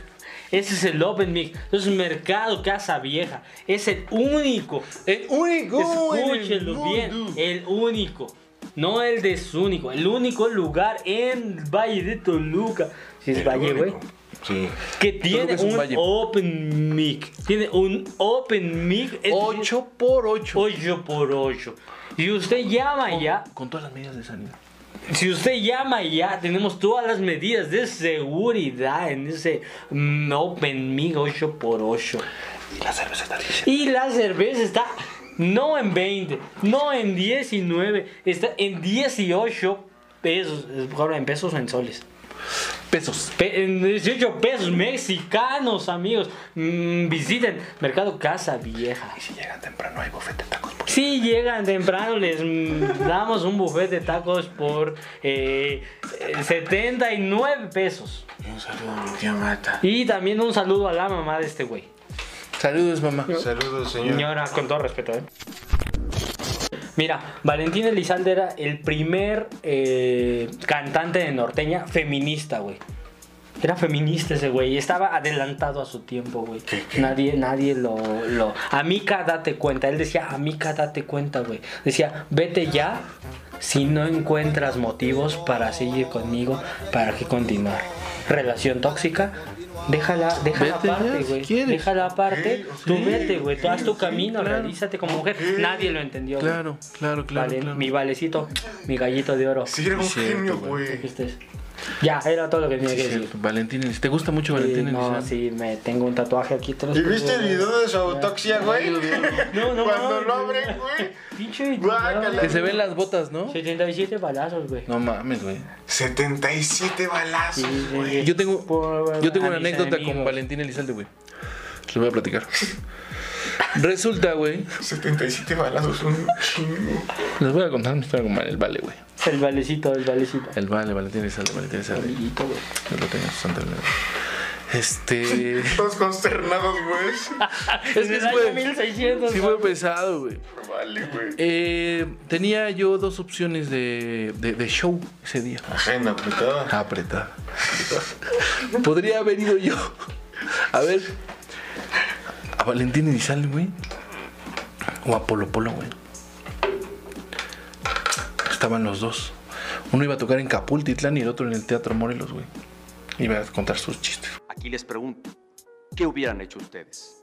F: Ese es el Open Mic. Es un mercado casa vieja. Es el único.
E: El
F: Eh,
E: único.
F: Escúchenlo bien. El único. No el desúnico. El único lugar en Valle de Toluca. Si es
D: el
F: Valle, güey.
D: único. Sí.
F: Que tiene
E: es un
F: un,
E: valle.
F: Open Mic. Tiene un Open Mic.
E: 8 por 8.
F: 8 por 8. Y usted llama ya.
E: Con todas las medidas de sanidad.
F: Si usted llama ya, tenemos todas las medidas de seguridad en ese mm, Open Mic 8x8.
E: Y la cerveza está diciendo.
F: Y la cerveza está no en 20, no en 19, está en 18 pesos, es mejor en pesos o en soles.
E: Pesos.
F: Pe- en 18 pesos mexicanos, amigos. Mm, visiten Mercado Casa Vieja.
E: Si llegan temprano hay bufete de tacos. por-
F: Si llegan temprano, les mm, damos un buffet de tacos por eh, eh, 79 pesos.
D: Un saludo a mi tía Marta.
F: Y también un saludo a la mamá de este güey.
E: Saludos, mamá.
D: Saludos, señor.
F: Señora, con todo respeto, ¿eh? Mira, Valentín Elizalde era el primer eh, cantante de norteña feminista, güey. Era feminista ese güey. y Estaba adelantado a su tiempo, güey. Nadie, nadie lo, lo. Amica, date cuenta. Él decía, Amica, date cuenta, güey. Decía, vete ya si no encuentras motivos para seguir conmigo, para que continuar. Relación tóxica. Déjala, déjala
E: Vete ya,
F: aparte,
E: si
F: güey.
E: quieres.
F: déjala aparte.
D: Ok,
F: Tú
D: ok,
F: vete, güey. Tú
D: ok,
F: haz tu
D: sí,
F: camino,
E: claro.
F: realízate como mujer. Nadie lo entendió. güey.
E: Claro, claro, claro.
F: Vale,
E: claro.
F: Mi valecito, mi gallito de oro.
D: Sí, era un
E: Sí, cierto,
D: genio,
E: güey.
D: güey.
F: Este es- Ya, era todo lo que tenía
E: Sí,
F: que
E: es
F: decir.
E: cierto. Valentín Elizalde. ¿Te gusta mucho Valentín
F: Sí, no,
E: Elizalde?
F: sí, me tengo un tatuaje aquí. te los
D: ¿Y viste el
F: juro,
D: video de su autopsia, güey?
F: No, no,
D: Cuando
F: mames,
D: lo
F: no.
D: abren, güey.
F: Pinche.
D: Guácala.
E: Que se ven las botas, ¿no?
F: 77 balazos, güey.
E: No mames, güey.
D: 77 balazos,
F: Sí, sí,
D: güey.
F: sí.
E: Yo tengo,
F: Por-
E: yo tengo
F: a
E: una
F: mis
E: anécdota
F: enemigos.
E: con Valentín Elizalde, güey. Se lo voy a platicar. Resulta, güey.
D: 77 balazos, un chingo.
E: Les voy a contar una historia con el Vale, güey.
F: El valecito, el valecito.
E: El Vale, Valentín Elizalde, Valentín Elizalde.
F: Amiguito, güey.
E: No lo tengas santo el- Este.
D: Todos consternados, güey.
E: es que
F: Desde
E: sí
F: el año
E: fue,
F: 1600.
E: sí fue pesado, güey.
D: Vale, güey.
E: Eh, tenía yo dos opciones de, de, de show ese día.
D: Ajena, apretada.
E: Apretada. Podría haber ido yo. A ver. A Valentín Elizalde, güey. O a Polo Polo, güey. Estaban los dos. Uno iba a tocar en Capultitlán y el otro en el Teatro Morelos, güey. Iba a contar sus chistes.
H: Aquí les pregunto, ¿qué hubieran hecho ustedes?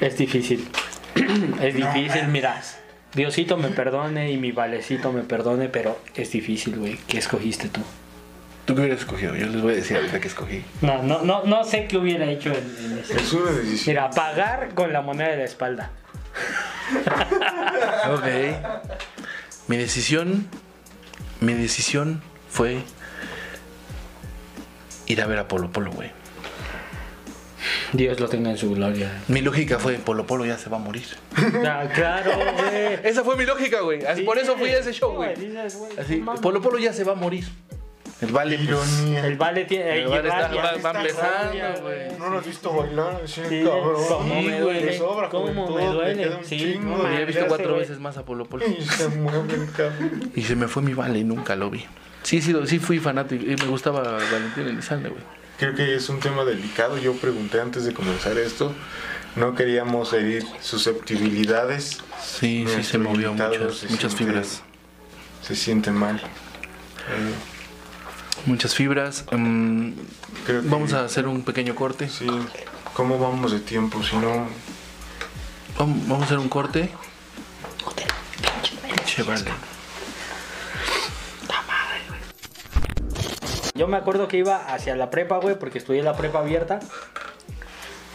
F: Es difícil. es difícil, mira. Diosito me perdone y mi valecito me perdone, pero es difícil, güey. ¿Qué escogiste tú?
E: ¿Tú qué hubieras escogido? Yo les voy a decir ahorita que escogí.
F: No, no, no, no sé qué hubiera hecho en, en ese.
D: Es una decisión.
F: Mira, pagar con la moneda de la espalda.
E: Ok. Mi decisión. Mi decisión fue. Ir a ver a Polo Polo, güey.
F: Dios lo tenga en su gloria.
E: Mi lógica fue: Polo Polo ya se va a morir.
F: Ah, claro, güey.
E: Esa fue mi lógica, güey. Así- Por eso fui a ese show, güey.
F: Dices, güey,
E: Así,
F: no mames.
E: Polo Polo ya se va a morir. El vale, pues,
D: Ironía.
F: El vale tiene.
E: el vale está, va, va empezando,
F: gloria,
E: güey.
D: No lo has visto bailar, así,
F: Sí,
D: cabrón.
F: cómo me
D: Le
F: duele,
D: sobra
F: cómo
D: juventud,
F: me
D: le queda
F: duele.
D: un
F: Sí,
D: chingo
F: no
D: de-
E: Había
F: mames,
E: visto cuatro
F: güey.
E: veces más a Polo Polo.
D: Y se mueve el cabrón.
E: Y se me fue mi vale, nunca lo vi. Sí, sí, sí fui fanático. y Me gustaba Valentín Elizalde, güey.
D: Creo que es un tema delicado. Yo pregunté antes de comenzar esto. No queríamos herir susceptibilidades.
E: Sí, sí, se
D: Nuestro
E: movió
D: invitado
E: muchas,
D: se
E: muchas
D: siente-
E: fibras.
D: Se siente mal. Eh,
E: Muchas fibras. mm,
D: creo que-
E: vamos a hacer un pequeño corte.
D: Sí. ¿Cómo vamos de tiempo? Si no.
E: Vam- Vamos a hacer un corte. Che, vale.
F: Yo me acuerdo que iba hacia la prepa, güey, porque estudié la prepa abierta.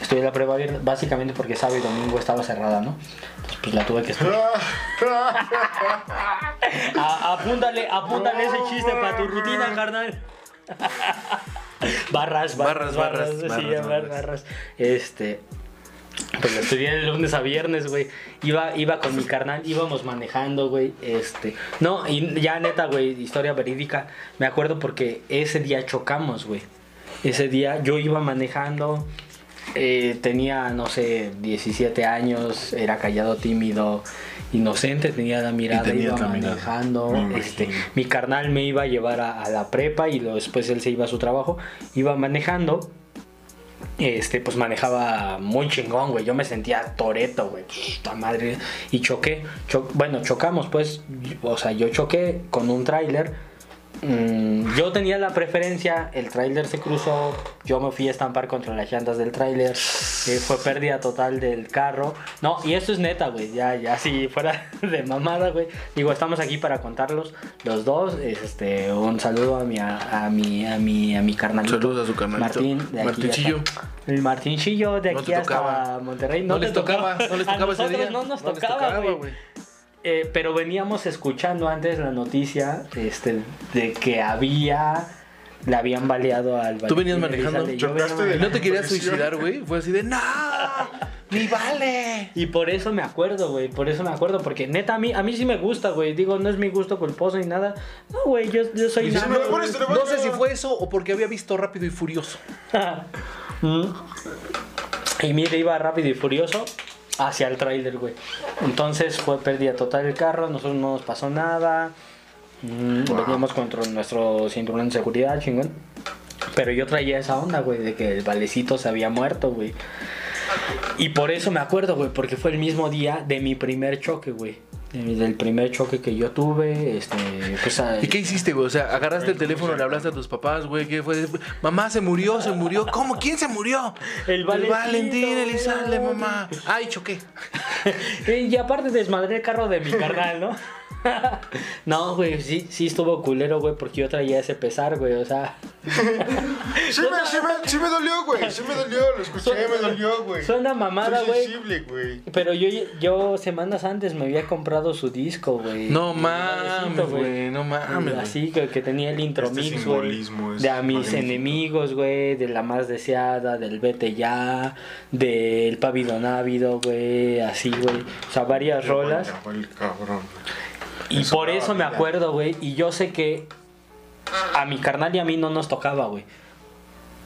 F: Estudié la prepa abierta básicamente porque sábado y domingo estaba cerrada, ¿no? Entonces, pues la tuve que estudiar. A- apúntale, apúntale ese chiste para tu rutina, carnal. barras,
E: Barras,
F: barras,
E: barras,
F: barras, sí,
E: barras,
F: barras,
E: barras.
F: barras. Este, pues lo estudié de lunes a viernes, güey. Iba, iba con mi carnal, íbamos manejando, güey. Este. No, y ya neta, güey, historia verídica. Me acuerdo porque ese día chocamos, güey. Ese día yo iba manejando. eh, tenía, no sé, 17 años, era callado, tímido, inocente, tenía la mirada,
E: tenía
F: iba
E: la mirada.
F: manejando.
D: Me
F: este,
D: imagino.
F: mi carnal me iba a llevar a, a la prepa y luego después él se iba a su trabajo. Iba manejando este, pues manejaba muy chingón, güey. Yo me sentía toreto, güey. Puta madre. Y choqué. Cho- bueno, chocamos, pues. O sea, yo choqué con un tráiler. Mm, yo tenía la preferencia, el tráiler se cruzó, yo me fui a estampar contra las llantas del tráiler, eh, fue pérdida total del carro. No, y esto es neta, güey, ya, ya, si fuera de mamada, güey. Digo, estamos aquí para contarlos los dos. Este, un saludo a mi, a, a mi, a mi, a mi carnalito.
E: Saludos a su carnalito.
F: Martín, de aquí
E: Martincillo.
F: hasta- El Martincillo de
E: No
F: aquí
E: te
F: hasta
E: tocaba.
F: Monterrey.
E: No,
F: te
E: les tocaba, no les
F: a
E: tocaba ese
F: nosotros
E: día.
F: No nos tocaba, güey. eh, pero veníamos escuchando antes la noticia este, de que había. Le habían baleado al
E: Tú venías
F: Valentín
E: manejando,
F: Elizalde. Yo
D: chocaste
F: venía
D: de-
E: ¿No te querías
D: Policía.
E: suicidar, güey? Fue así de ¡No! ¡Ni vale!
F: Y por eso me acuerdo, güey, por eso me acuerdo, porque neta a mí, a mí sí me gusta, güey, digo, no es mi gusto culposo ni nada, no, güey, yo, yo soy...
D: Y si
F: nano,
D: me lo pones,
F: güey.
D: te lo
E: No
D: mando.
E: sé si fue eso o porque había visto Rápido y Furioso.
F: Mm. y mire, iba rápido y furioso hacia el tráiler, güey. Entonces fue pérdida total el carro, nosotros no nos pasó nada, Mm, veníamos contra nuestro cinturón de seguridad, chingón. Pero yo traía esa onda, güey, de que el valecito se había muerto, güey. Y por eso me acuerdo, güey, porque fue el mismo día de mi primer choque, güey. De mi- Del primer choque que yo tuve, este, pues, a-
E: ¿Y qué hiciste, güey? O sea, agarraste el teléfono, le hablaste a tus papás, güey. ¿Qué fue? Mamá se murió, se murió. ¿Cómo? ¿Quién se murió?
F: El Valentín,
E: Valentín
F: güey.
E: Elizalde, mamá. Ay, choqué.
F: y aparte desmadré el carro de mi carnal, ¿no? no, güey, sí, sí estuvo culero, güey, porque yo traía ese pesar, güey, o sea.
D: Sí me, sí, me, sí me dolió, güey. Sí me dolió, lo escuché, me dolió, güey.
F: Suena mamada,
D: Soy
F: güey.
D: sensible, güey.
F: Pero yo, yo semanas antes me había comprado su disco, güey.
E: No
F: El
E: mames,
F: nuevecito,
E: güey. No mames. güey.
F: Así que, que tenía el intro
D: Este
F: mix, güey.
D: simbolismo es
F: De a mis
D: magnífico.
F: enemigos, güey. De la más deseada, del vete ya. Del pavido návido, güey. Así, güey. O sea, varias rolas.
D: El cabrón.
F: Y
D: Eso
F: por
D: daba
F: eso me
D: vida.
F: acuerdo, güey. Y yo sé que a mi carnal y a mí no nos tocaba, güey.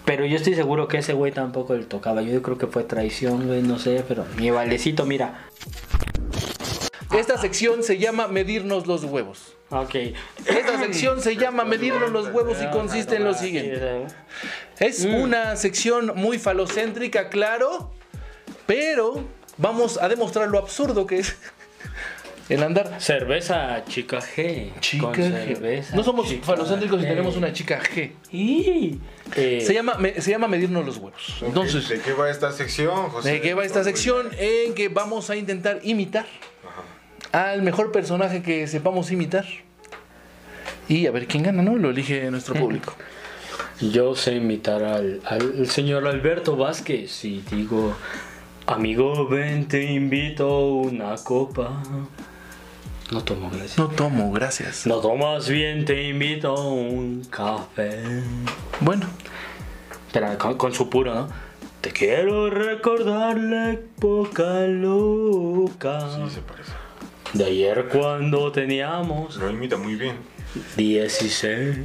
F: Pero yo estoy seguro que ese güey tampoco le tocaba. Yo creo que fue traición, güey, no sé. Pero mi valecito, mira.
E: Esta sección se llama Medirnos los huevos.
F: Ok.
E: Esta sección se llama Medirnos los huevos y consiste en Este lo siguiente. Es
F: Mm.
E: una sección muy falocéntrica, claro, pero vamos a demostrar lo absurdo que es el andar.
F: Cerveza chica G.
E: Chica
F: Con
E: G.
F: cerveza
E: No somos
F: chica
E: falocéntricos si
F: G.
E: tenemos una chica G.
F: Y, eh,
E: Se llama, me- se llama medirnos los huevos.
D: Ok,
E: Entonces,
D: ¿de qué va esta sección, José?
E: ¿de qué va esta
D: Pues,
E: sección? En que vamos a intentar imitar al mejor personaje que sepamos imitar. Y a ver quién gana, ¿no? Lo elige nuestro
F: Mm.
E: público.
F: Yo sé imitar al, al señor Alberto Vázquez y digo, amigo, ven, te invito una copa. No tomo, gracias.
E: No tomo, gracias.
F: No tomas bien, te invito un café.
E: Bueno,
F: Pero con, con su puro, ¿no? Te quiero recordar la época loca
D: Sí, se parece.
F: de ayer cuando teníamos
D: Lo imita muy bien.
F: 16.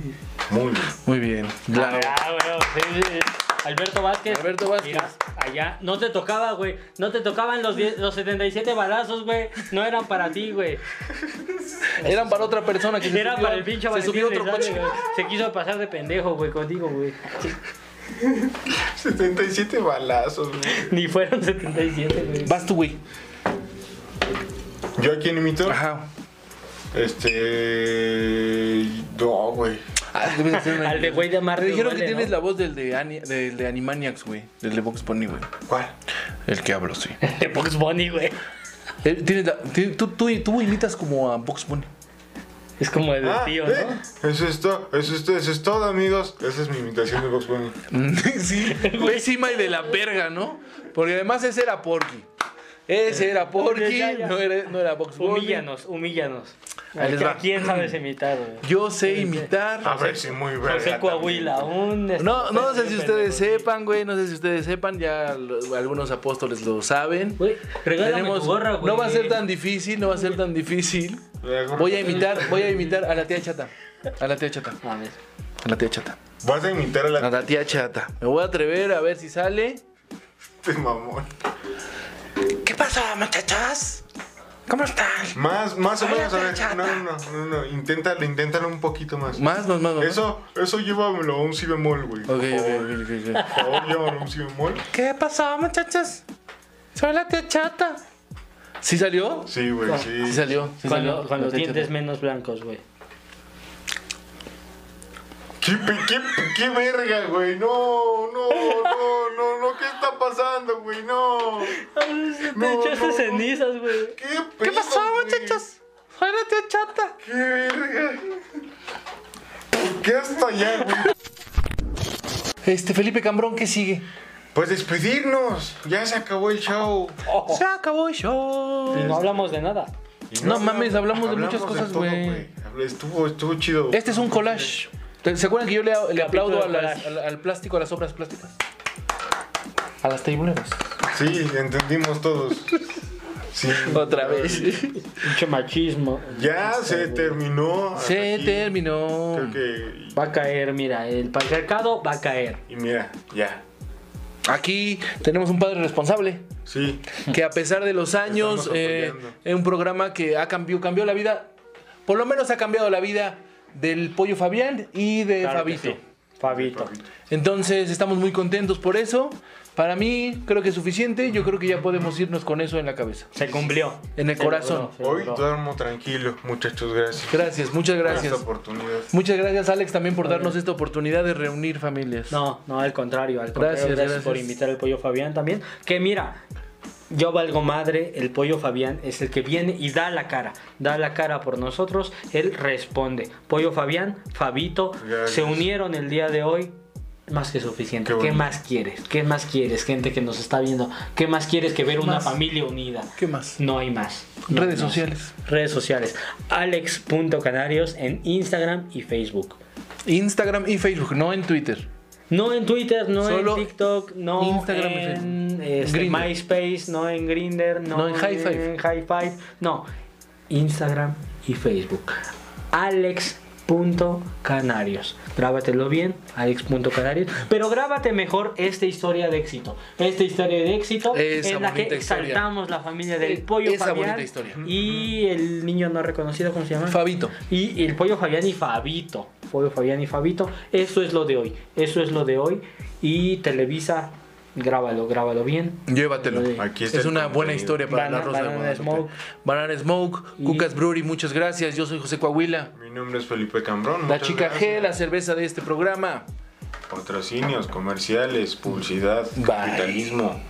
D: Muy bien.
E: muy bien.
F: Ah, bravo, sí, sí. Alberto Vázquez.
E: Alberto Vázquez.
F: Mira, allá no te tocaba, güey. No te tocaban los, 10 los 77 balazos, güey. No eran para ti, güey.
E: Eran para otra persona que se
F: ah, Era
E: subió-
F: para el pinche
E: se
F: Valentín
E: subió otro
F: Elizalde,
E: coche.
F: güey. Se quiso pasar de pendejo, güey, contigo, güey.
D: 77 balazos, güey.
F: Ni fueron 77, güey.
E: Vas tú, güey.
D: ¿Yo a quién imito?
E: Ajá.
D: Este. No, güey.
E: Ah, debes hacer una-
F: Al de güey de amarre,
E: Me dijeron
F: huele,
E: que tienes
F: ¿no?
E: la voz del de, Ani- del de Animaniacs, güey. Del de Box Bunny, güey.
D: ¿Cuál?
E: El que hablo, sí.
F: De Box Bunny, güey.
E: Eh, tienes la- ti- tú, tú, tú imitas como a Box Bunny.
F: Es como el
D: Ah,
F: tío,
D: eh,
F: ¿no?
D: Eso es todo, eso es todo, eso es todo, amigos. Esa es mi imitación de Box Bunny.
E: Mm. sí. Pésima y de la verga, ¿no? Porque además ese era Porky. Ese era Porky,
F: Ya, ya.
E: No, era, no era Box Bunny.
F: Humíllanos, humíllanos.
E: Ahí les
F: ¿A
E: va.
F: quién sabes imitar, güey?
E: Yo sé imitar.
D: A ver si muy verga.
F: José
D: también.
F: Coahuila, un.
E: No, no sé si ustedes
F: pendejo.
E: sepan, güey, no sé si ustedes sepan, ya lo- algunos apóstoles lo saben.
F: Güey, regálame
E: Tenemos-
F: Pues, tu gorra, güey.
E: no va a ser tan difícil, no va a ser tan difícil.
D: La gorra.
E: Voy a imitar, voy a imitar a la tía chata. A la tía chata,
F: Mames.
E: a la tía chata.
D: Vas a imitar a
E: A
D: la
E: la tía chata. Me voy a atrever a ver si sale.
D: gente, mamón.
E: ¿Qué pasa, muchachas? ¿Cómo están?
D: Más, más o menos, a ver.
E: Cállate,
D: No, no, no, no. Inténtalo, inténtalo un poquito más.
E: Más, más, más. más.
D: Eso, eso llévamelo a un si bemol, güey.
E: Ok, ok,
D: Por
E: ok, ok, ok.
D: favor, llévamelo a un si bemol.
E: ¿Qué pasaba, muchachas? Soy la tía chata. ¿Sí salió?
D: Sí, güey, sí.
E: Sí salió. sí
F: Con,
E: salió.
F: lo- con los
E: La tía
F: dientes
E: chata.
F: menos blancos, güey.
D: ¿Qué, pe- qué, qué verga, güey? No, no, no, no, no, ¿qué está pasando, güey? No.
F: Te
D: Ah, No, no,
F: echaste
D: no.
F: cenizas, güey.
D: ¿Qué,
E: ¿Qué
D: pedo,
E: pasó,
D: güey?
E: muchachas? Soy la tía chata.
D: ¡Qué verga! ¿Por qué hasta allá, güey?
E: Este, Felipe Cambrón, ¿qué sigue?
D: Pues despedirnos. Ya se acabó el show.
E: Se acabó el show.
F: No hablamos de nada.
D: Y
E: No mames, hablamos de muchas
D: de
E: cosas,
D: todo,
E: güey.
D: Habl- Estuvo, estuvo chido.
E: Este es un collage. ¿Te- ¿Se acuerdan que yo le, le aplaudo a
F: de
E: las- al, al plástico, a las obras plásticas? A las tableras.
D: Sí, entendimos todos. Sí.
E: Otra vez.
F: Pinche machismo.
D: Ya se terminó. hasta
E: Se
D: aquí.
E: terminó.
D: Creo que.
F: Va a caer, mira, el patriarcado va a caer.
D: Y mira, ya.
E: Aquí tenemos un padre responsable.
D: Sí.
E: que a pesar de los años
D: Estamos
E: eh,
D: apoyando.
E: es un programa que ha cambiado cambió la vida por lo menos ha cambiado la vida del pollo Fabián y de
F: Claro que
E: Fabito
F: sí. Fabito.
E: entonces estamos muy contentos por eso para mí creo que es suficiente yo creo que ya podemos irnos con eso en la cabeza
F: Se cumplió.
E: En el
F: Se
E: corazón.
F: logró, se
D: Hoy
F: logró.
D: duermo tranquilo, muchachos. Gracias.
E: gracias muchas
D: Esta
E: gracias
D: oportunidad.
E: muchas gracias Alex también por darnos esta oportunidad de reunir familias
F: No, no, al contrario, al contrario.
E: Gracias,
F: Gracias,
E: gracias.
F: por invitar al pollo Fabián también. Que mira, yo valgo madre, el pollo Fabián es el que viene y da la cara. Da la cara por nosotros, él responde. Pollo Fabián, Fabito,
D: Gracias.
F: se unieron el día de hoy. Más que suficiente.
D: Qué
F: ¿Qué,
D: bonito.
F: más quieres? ¿Qué más quieres, gente que nos está viendo? ¿Qué más quieres que ver una familia unida?
E: qué más
F: No hay más. No
E: Redes
F: hay más.
E: sociales.
F: Redes sociales. Alex.canarios en Instagram y Facebook.
E: Instagram y Facebook no en Twitter
F: No en Twitter, no
E: Solo
F: en TikTok, no
E: Instagram,
F: en este,
E: Grindr.
F: MySpace, no en Grinder, no,
E: No en High Five.
F: en High Five, no. Instagram y Facebook. Alex.canarios. Grábatelo bien, Alex.canarios. Pero grábate mejor esta historia de éxito. Esta historia de éxito
E: Esa
F: en la que
E: bonita historia.
F: exaltamos la familia del
E: Eh,
F: pollo
E: esa
F: Fabián
E: bonita historia.
F: y el niño no reconocido, ¿cómo se llama?
E: Fabito
F: Y el pollo Fabián y Fabito. Pollo Fabián y Fabito. Eso es lo de hoy. Eso es lo de hoy. Y Televisa, grábalo, grábalo bien.
E: Llévatelo.
D: Aquí está
E: es
D: el
E: una buena
D: contenido.
E: historia para
F: Bana-
E: la Rosa
F: Banana
E: de Guadalupe. Banana Smoke,
F: Y-
E: Cucas Brewery, muchas gracias. Yo soy José Coahuila.
D: Mi nombre es Felipe Cambrón.
E: La
D: muchas
E: chica G,
D: gracias.
E: la cerveza de este programa.
D: Patrocinios, comerciales, publicidad,
E: Bye.
D: capitalismo.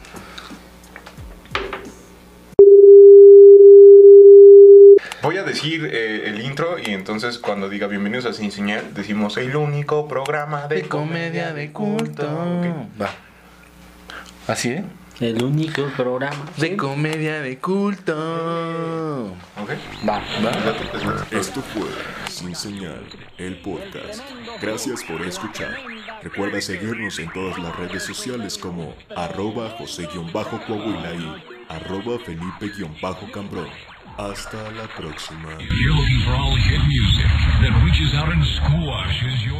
D: Voy a decir eh, el intro y entonces cuando diga bienvenidos a Sin Señal, decimos el único programa de,
E: De comedia de culto.
D: Ok.
E: Va. Así, ¿eh?
F: El único programa.
E: De comedia de culto.
D: Ok.
F: Va.
D: Les late, les late.
B: Esto fue Sin Señal, el podcast. Gracias por escuchar. Recuerda seguirnos en todas las redes sociales como arroba José-Coahuila y arroba Felipe-Cambrón. Hasta la próxima.
A: You're looking for all hit music that reaches out and squashes your